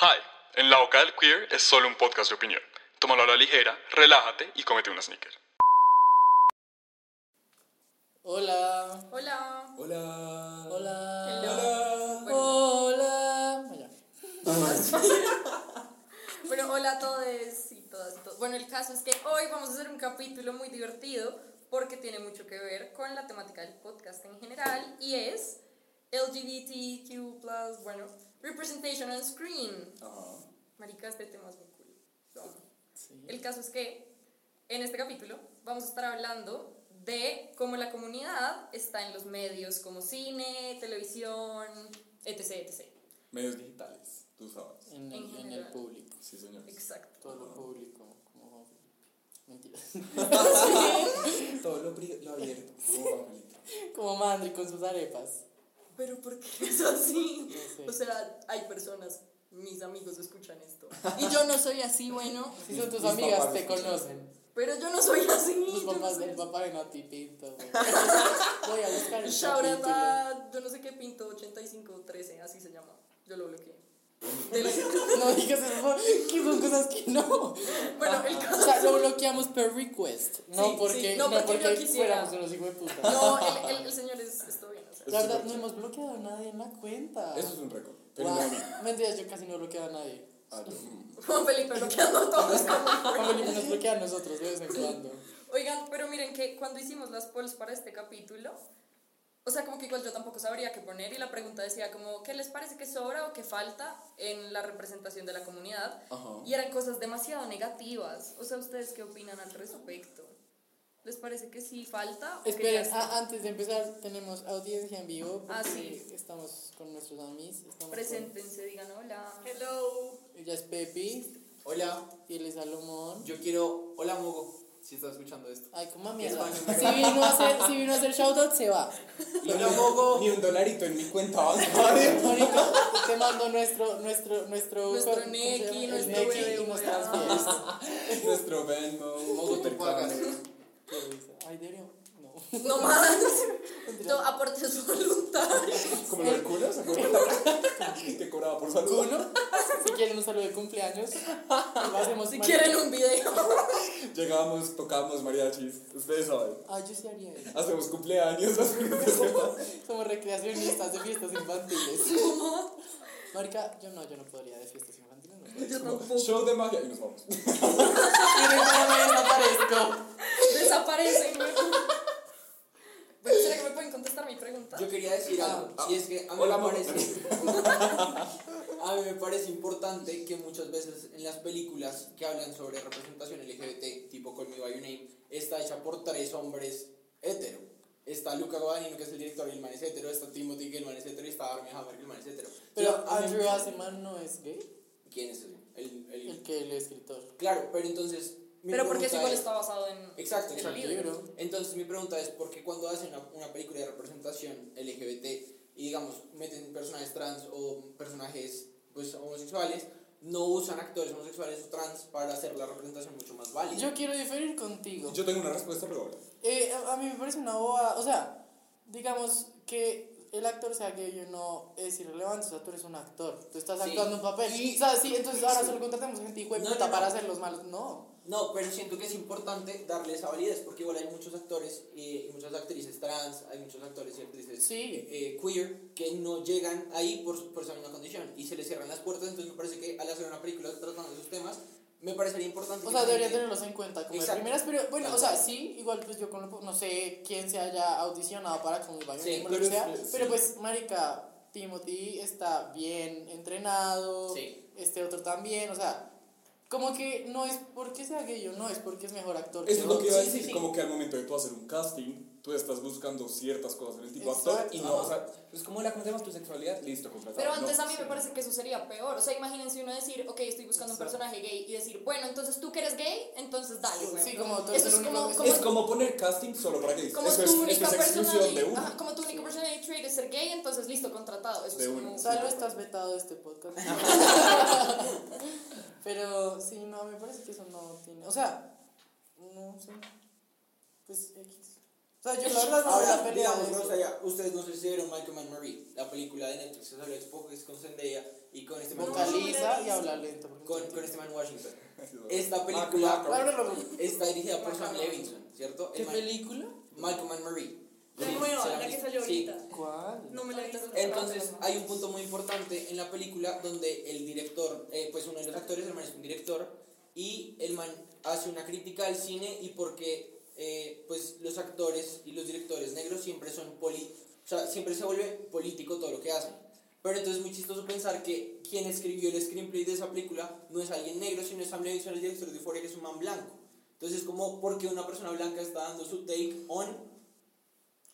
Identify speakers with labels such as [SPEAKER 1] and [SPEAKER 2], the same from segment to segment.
[SPEAKER 1] Hi, en La Boca del Queer es solo un podcast de opinión. Tómalo a la ligera, relájate y cómete una sneaker.
[SPEAKER 2] Hola.
[SPEAKER 3] Hola.
[SPEAKER 4] Hola.
[SPEAKER 2] Hola.
[SPEAKER 3] Hello.
[SPEAKER 2] Hola.
[SPEAKER 3] Bueno.
[SPEAKER 2] Hola. Allá.
[SPEAKER 3] Bueno, hola a todos y todas. y todos. Bueno, el caso es que hoy vamos a hacer un capítulo muy divertido porque tiene mucho que ver con la temática del podcast en general y es LGBTQ+, bueno, representation on screen.
[SPEAKER 4] Ajá.
[SPEAKER 3] Marica, este tema es muy cool. Lo amo.
[SPEAKER 2] Sí.
[SPEAKER 3] El caso es que en este capítulo vamos a estar hablando de cómo la comunidad está en los medios como cine, televisión, etc, etc.
[SPEAKER 4] Medios digitales, tú sabes.
[SPEAKER 2] En, el,
[SPEAKER 3] En
[SPEAKER 2] en el
[SPEAKER 3] general.
[SPEAKER 2] público.
[SPEAKER 4] Sí, señor.
[SPEAKER 3] Exacto.
[SPEAKER 2] Todo lo público. Como... Mentira.
[SPEAKER 4] Todo lo, pri- lo abierto. Como Angelita.
[SPEAKER 2] Como Mandri con sus arepas.
[SPEAKER 3] Pero ¿por qué es así?
[SPEAKER 2] No sé.
[SPEAKER 3] O sea, hay personas, mis amigos escuchan esto. Y yo no soy así, bueno.
[SPEAKER 2] Si son tus
[SPEAKER 4] Mis
[SPEAKER 2] amigas,
[SPEAKER 4] papás
[SPEAKER 2] te
[SPEAKER 4] lo escuchan.
[SPEAKER 2] conocen.
[SPEAKER 3] Pero yo no soy así.
[SPEAKER 2] Los
[SPEAKER 3] yo no
[SPEAKER 2] papás
[SPEAKER 3] soy
[SPEAKER 2] del
[SPEAKER 3] así.
[SPEAKER 2] papá de Nati Pinto. güey. Voy a buscar el
[SPEAKER 3] Shout out
[SPEAKER 2] capítulo.
[SPEAKER 3] a- yo no sé qué pinto, 8513, así se llama. Yo lo bloqueé. Te lo-
[SPEAKER 2] No digas eso, que son cosas que no.
[SPEAKER 3] bueno, el
[SPEAKER 2] O
[SPEAKER 3] caso.
[SPEAKER 2] sea, lo bloqueamos per request. No
[SPEAKER 3] Sí,
[SPEAKER 2] porque,
[SPEAKER 3] sí,
[SPEAKER 2] no,
[SPEAKER 3] no,
[SPEAKER 2] porque,
[SPEAKER 3] porque yo quisiera.
[SPEAKER 2] fuéramos unos hijos de puta.
[SPEAKER 3] No, el, el- el señor es, estuvo bien. O sea,
[SPEAKER 2] La verdad, no hemos bloqueado a nadie en la cuenta.
[SPEAKER 4] Eso es un récord. Pero
[SPEAKER 2] Wow.
[SPEAKER 4] no a mí.
[SPEAKER 2] Mentiras, yo casi no bloqueo a nadie.
[SPEAKER 4] Ah, yo, mm.
[SPEAKER 3] Juan Felipe bloqueando a todos.
[SPEAKER 2] Como ni nos bloquea a nosotros de vez en cuando.
[SPEAKER 3] Oigan, pero miren que cuando hicimos las polls para este capítulo, o sea, como que igual yo tampoco sabría qué poner y la pregunta decía como, ¿qué les parece que sobra o que falta en la representación de la comunidad?
[SPEAKER 4] Ajá.
[SPEAKER 3] Y eran cosas demasiado negativas. O sea, ¿ustedes qué opinan al respecto? ¿Les parece que sí falta? O que ya
[SPEAKER 2] Esperen,
[SPEAKER 3] está?
[SPEAKER 2] ah, antes de empezar, tenemos audiencia en vivo. Porque
[SPEAKER 3] Ah, sí.
[SPEAKER 2] Estamos con nuestros amis.
[SPEAKER 5] ah.
[SPEAKER 2] Estamos
[SPEAKER 3] Preséntense, digan hola.
[SPEAKER 5] Hello.
[SPEAKER 2] con- Ella es Pepi
[SPEAKER 5] Hola,
[SPEAKER 2] y él es Salomón.
[SPEAKER 5] yo quiero. Hola, Mogo, si estás escuchando esto.
[SPEAKER 2] Ay, como mierda.
[SPEAKER 5] Qué
[SPEAKER 2] Si vino, a hacer, si vino a hacer shoutout, se va.
[SPEAKER 4] Ni
[SPEAKER 5] Hola,
[SPEAKER 4] un-
[SPEAKER 5] Mogo.
[SPEAKER 4] Ni un dolarito en mi cuenta bancaria.
[SPEAKER 2] Mónica, te mando nuestro. Nuestro, nuestro,
[SPEAKER 3] Nuestro
[SPEAKER 2] ¿cómo se
[SPEAKER 3] neki,
[SPEAKER 2] llama? El
[SPEAKER 3] nuestro
[SPEAKER 2] neki
[SPEAKER 3] bebé, Ah.
[SPEAKER 2] y
[SPEAKER 3] bueno.
[SPEAKER 2] nuestras fiestas.
[SPEAKER 4] Nuestro Venmo.
[SPEAKER 5] Mogo, tú pagas.
[SPEAKER 2] Qué risa. Ay, deberíamos. No.
[SPEAKER 3] No más. No, aportes voluntarios.
[SPEAKER 4] Como lo del culo, ¿se acuerdan? Que cobraba por salud.
[SPEAKER 2] Uno, si quieren un saludo de cumpleaños, lo hacemos
[SPEAKER 3] Si
[SPEAKER 2] mal.
[SPEAKER 3] quieren un video.
[SPEAKER 4] Llegábamos, tocábamos mariachis. Ustedes saben.
[SPEAKER 2] Ah, yo sí haría eso.
[SPEAKER 4] Hacemos cumpleaños los fines de semana.
[SPEAKER 2] Somos recreacionistas de fiestas infantiles. Marica, yo no, yo no podría de fiestas infantiles. No podría.
[SPEAKER 3] Yo
[SPEAKER 4] Como
[SPEAKER 3] tampoco.
[SPEAKER 4] Show de magia y nos vamos.
[SPEAKER 2] Miren cómo me desaparezco.
[SPEAKER 3] Desaparecen. güey. Bueno, ¿será que me pueden contestar mi pregunta?
[SPEAKER 5] Yo quería decir algo,
[SPEAKER 4] Ah.
[SPEAKER 5] y es que a mí,
[SPEAKER 4] Hola,
[SPEAKER 5] me
[SPEAKER 4] Mogo.
[SPEAKER 5] parece, a mí me parece importante que muchas veces en las películas que hablan sobre representación LGBT, tipo Call Me By Your Name, está hecha por tres hombres hetero. Está Luca Guadagnino, que es el director, y el man es hetero. Está Timothy, que el man es hetero. Y está Armie Hammer, que el man es hetero.
[SPEAKER 2] Pero
[SPEAKER 5] Entonces, a mí-
[SPEAKER 2] Andrew Aseman no es gay,
[SPEAKER 5] ¿Quién es el- el- el-
[SPEAKER 2] el que el escritor.
[SPEAKER 5] Claro, pero entonces. mi
[SPEAKER 3] Pero porque eso igual
[SPEAKER 5] pregunta es-
[SPEAKER 3] está basado en.
[SPEAKER 5] Exacto,
[SPEAKER 3] El
[SPEAKER 5] exacto.
[SPEAKER 2] El libro.
[SPEAKER 5] Entonces mi pregunta es, ¿por qué cuando hacen una, una película de representación LGBT y digamos meten personajes trans o personajes pues homosexuales, no usan actores homosexuales o trans para hacer la representación mucho más válida?
[SPEAKER 2] Yo quiero diferir contigo.
[SPEAKER 4] Yo tengo una respuesta, pero ahora.
[SPEAKER 2] Eh, a, a mí me parece una boba. O sea, digamos que el actor sea gay o no es irrelevante. O sea, tú eres un actor. Tú estás
[SPEAKER 5] Sí.
[SPEAKER 2] actuando un papel.
[SPEAKER 5] Y-
[SPEAKER 2] O sea, sí, entonces ahora solo contratamos gente y
[SPEAKER 5] No,
[SPEAKER 2] puta
[SPEAKER 5] no,
[SPEAKER 2] para
[SPEAKER 5] no.
[SPEAKER 2] hacer los malos. No.
[SPEAKER 5] No, pero siento que es importante darle esa validez porque igual hay muchos actores eh, y muchas actrices trans, hay muchos actores y actrices
[SPEAKER 2] Sí.
[SPEAKER 5] eh, queer que no llegan ahí por, su- por esa misma condición y se les cierran las puertas, entonces me parece que al hacer una película tratando esos temas, me parecería importante...
[SPEAKER 2] O
[SPEAKER 5] que
[SPEAKER 2] sea,
[SPEAKER 5] la
[SPEAKER 2] deberían
[SPEAKER 5] gente-
[SPEAKER 2] tenerlos en cuenta como de
[SPEAKER 5] Exacto.
[SPEAKER 2] primeras, pero bueno,
[SPEAKER 5] Tal
[SPEAKER 2] o sea,
[SPEAKER 5] cual.
[SPEAKER 2] sí, igual pues yo con- no sé quién se haya audicionado para como el
[SPEAKER 5] Sí,
[SPEAKER 2] o lo que
[SPEAKER 4] pero es
[SPEAKER 2] sea,
[SPEAKER 4] que- sí.
[SPEAKER 2] pero pues, marica, Timothy está bien entrenado,
[SPEAKER 5] Sí.
[SPEAKER 2] este otro también, o sea, como que no es porque sea gay o no, es porque es mejor actor
[SPEAKER 4] Eso es lo que iba a
[SPEAKER 2] otro.
[SPEAKER 4] decir, como que al momento de tú hacer un casting, tú estás buscando ciertas cosas en el tipo
[SPEAKER 2] Exacto.
[SPEAKER 4] actor y no, o sea, pues ¿cómo la conocemos tu sexualidad? Listo, contratado.
[SPEAKER 3] Pero
[SPEAKER 4] No,
[SPEAKER 3] antes a mí
[SPEAKER 4] sí.
[SPEAKER 3] me parece que eso sería peor. O sea, imagínense uno decir, ok, estoy buscando un personaje gay y decir, bueno, entonces tú que eres gay, entonces dale, güey.
[SPEAKER 2] Sí, como tú eres
[SPEAKER 3] Eso es
[SPEAKER 2] el único
[SPEAKER 3] como-
[SPEAKER 2] que-
[SPEAKER 3] como-
[SPEAKER 4] Es como poner casting solo para gays.
[SPEAKER 3] Como
[SPEAKER 4] Eso es,
[SPEAKER 3] tu
[SPEAKER 4] eso
[SPEAKER 3] única
[SPEAKER 4] es exclusión de
[SPEAKER 3] personalidad.
[SPEAKER 4] uno.
[SPEAKER 3] ajá, Como tu única personalidad trait es ser gay, entonces listo, contratado. Eso
[SPEAKER 4] De
[SPEAKER 3] es
[SPEAKER 4] una,
[SPEAKER 3] como.
[SPEAKER 4] sí.
[SPEAKER 2] Solo estás vetado de este podcast. Pero sí, no, me parece que eso no tiene. O sea, no sé. Pues X. O sea, yo la verdad no voy
[SPEAKER 5] Ahora,
[SPEAKER 2] a pelear.
[SPEAKER 5] digamos, o sea, ya, ustedes no sé si vieron Michael and Marie, la película de Netflix, que salió hace poco, que es con Zendaya y con este man,
[SPEAKER 3] Vocaliza.
[SPEAKER 2] Vocaliza y habla lento. porque no
[SPEAKER 5] con,
[SPEAKER 2] entiendo.
[SPEAKER 5] con este man Washington.
[SPEAKER 4] Es
[SPEAKER 5] Esta película
[SPEAKER 2] Claro, no, no, no.
[SPEAKER 5] está dirigida por Sam Levinson, ¿cierto?
[SPEAKER 2] ¿Qué
[SPEAKER 5] El man-
[SPEAKER 2] película?
[SPEAKER 5] Malcolm and Marie.
[SPEAKER 3] La
[SPEAKER 5] Sí,
[SPEAKER 3] nueva,
[SPEAKER 5] se
[SPEAKER 3] la que
[SPEAKER 5] viste.
[SPEAKER 3] salió
[SPEAKER 5] Sí.
[SPEAKER 3] ahorita.
[SPEAKER 2] ¿Cuál?
[SPEAKER 3] No me la he visto.
[SPEAKER 5] Entonces, hay un punto muy importante en la película donde el director, eh, pues uno de los actores, el man es un director, y el man hace una crítica al cine y porque eh, pues los actores y los directores negros siempre son poli, o sea, siempre se vuelve político todo lo que hacen. Pero entonces es muy chistoso pensar que quien escribió el screenplay de esa película no es alguien negro, sino es Sam Levinson, el director de Euphoria, que es un man blanco. Entonces, como porque una persona blanca está dando su take on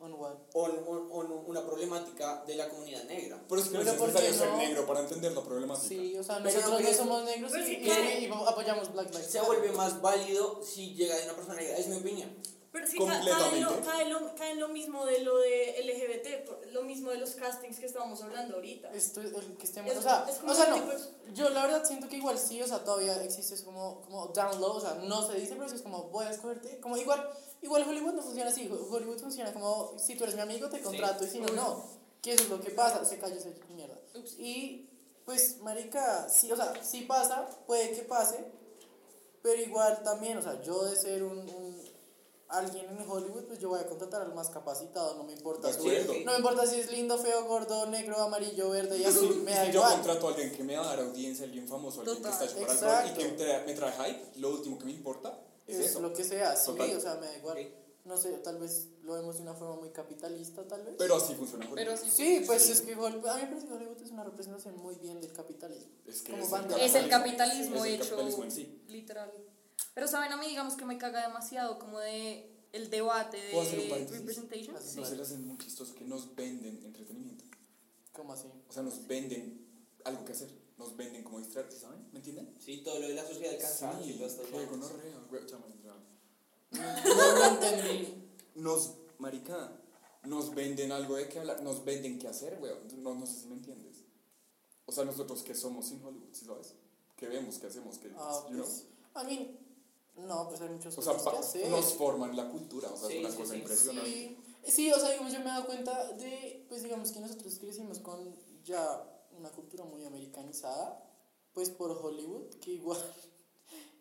[SPEAKER 2] On one.
[SPEAKER 5] o una problemática de la comunidad negra.
[SPEAKER 4] Por eso es que no
[SPEAKER 2] Pero
[SPEAKER 4] es
[SPEAKER 2] ¿por qué
[SPEAKER 4] necesario ser
[SPEAKER 2] no?
[SPEAKER 4] negro para entender la problemática.
[SPEAKER 2] Sí, o sea,
[SPEAKER 5] Pero
[SPEAKER 2] nosotros
[SPEAKER 5] no
[SPEAKER 2] no
[SPEAKER 5] que-
[SPEAKER 2] somos negros
[SPEAKER 3] Pues
[SPEAKER 2] y,
[SPEAKER 3] sí, claro.
[SPEAKER 2] y- y apoyamos Black Lives
[SPEAKER 5] se vuelve más válido si llega de una persona negra, es mi opinión.
[SPEAKER 6] Pero sí, ca- cae, en
[SPEAKER 4] Completamente.
[SPEAKER 6] lo, cae en lo- cae en lo mismo de lo de LGBT, por- lo mismo de los castings que estábamos hablando ahorita.
[SPEAKER 2] Esto es el que estemos,
[SPEAKER 6] Es-
[SPEAKER 2] o sea,
[SPEAKER 6] es como
[SPEAKER 2] o sea,
[SPEAKER 6] un
[SPEAKER 2] no,
[SPEAKER 6] tipo
[SPEAKER 2] yo la verdad siento que igual sí, o sea, todavía existe eso como, como down low, o sea, no se dice, pero sí es como, voy a escogerte, como igual, igual Hollywood no funciona así, Ho- Hollywood funciona como, si tú eres mi amigo, te contrato, y si no, no, que eso es lo que pasa, se calla esa mierda,
[SPEAKER 3] Ups.
[SPEAKER 2] y, pues, marica, sí, o sea, sí pasa, puede que pase, pero igual también, o sea, yo de ser un, un- alguien en Hollywood, pues yo voy a contratar al más capacitado, no me importa
[SPEAKER 4] De
[SPEAKER 2] su-
[SPEAKER 4] acuerdo.
[SPEAKER 5] Sí,
[SPEAKER 2] no me importa si es lindo, feo, gordo, negro, amarillo, verde y azul, me
[SPEAKER 4] Es
[SPEAKER 2] da
[SPEAKER 4] que yo
[SPEAKER 2] igual.
[SPEAKER 4] contrato a alguien que me va a dar audiencia, alguien famoso, alguien que está
[SPEAKER 3] Total.
[SPEAKER 4] hecho para algo y
[SPEAKER 2] Exacto.
[SPEAKER 4] que me trae, me trae hype, lo último que me importa es,
[SPEAKER 2] Es
[SPEAKER 4] eso.
[SPEAKER 2] lo que sea, sí,
[SPEAKER 4] Total.
[SPEAKER 2] o sea, me da igual.
[SPEAKER 5] Ok.
[SPEAKER 2] No sé, tal vez lo vemos de una forma muy capitalista, tal vez.
[SPEAKER 4] Pero así funciona Hollywood.
[SPEAKER 3] Pero así
[SPEAKER 2] sí, pues es que igual- a mí me parece que Hollywood es una representación muy bien del capitalismo.
[SPEAKER 4] es que
[SPEAKER 2] como
[SPEAKER 4] es,
[SPEAKER 2] banda.
[SPEAKER 3] Es el capitalismo
[SPEAKER 4] Es el
[SPEAKER 3] hecho
[SPEAKER 4] capitalismo en sí.
[SPEAKER 3] literal. Pero saben, a mí digamos que me caga demasiado como de el debate de
[SPEAKER 4] ¿Puedo hacer un paréntesis?
[SPEAKER 3] representation.
[SPEAKER 2] Así.
[SPEAKER 4] No se le hacen muy chistoso que nos venden entretenimiento.
[SPEAKER 2] ¿Cómo así?
[SPEAKER 4] O sea, nos venden algo que hacer. Nos venden como distraerse, ¿saben? ¿Me entienden?
[SPEAKER 5] Sí, todo lo de la sociedad del cansancio y
[SPEAKER 4] Sí,
[SPEAKER 5] todas estas
[SPEAKER 4] qué
[SPEAKER 5] vainas.
[SPEAKER 4] gonorrea, güey, chama, ya.
[SPEAKER 2] No lo entendí.
[SPEAKER 4] Nos, marica, nos venden algo de qué hablar, nos venden qué hacer, güey. No, no sé si me entiendes. O sea, nosotros que somos sin Hollywood, ¿sí sabes? ¿Qué vemos? ¿Qué hacemos? ¿Qué,
[SPEAKER 2] Ah,
[SPEAKER 4] you know?
[SPEAKER 2] pues, a mí, no, pues hay muchas
[SPEAKER 4] O sea,
[SPEAKER 2] cosas
[SPEAKER 4] pa-
[SPEAKER 2] que hacer.
[SPEAKER 4] nos forman la cultura, o sea,
[SPEAKER 5] Sí,
[SPEAKER 4] es una
[SPEAKER 5] sí,
[SPEAKER 4] cosa
[SPEAKER 5] sí.
[SPEAKER 4] impresionante.
[SPEAKER 2] Sí, sí, o sea, digamos, yo me he dado cuenta de, pues digamos que nosotros crecimos con ya una cultura muy americanizada, pues por Hollywood, que igual,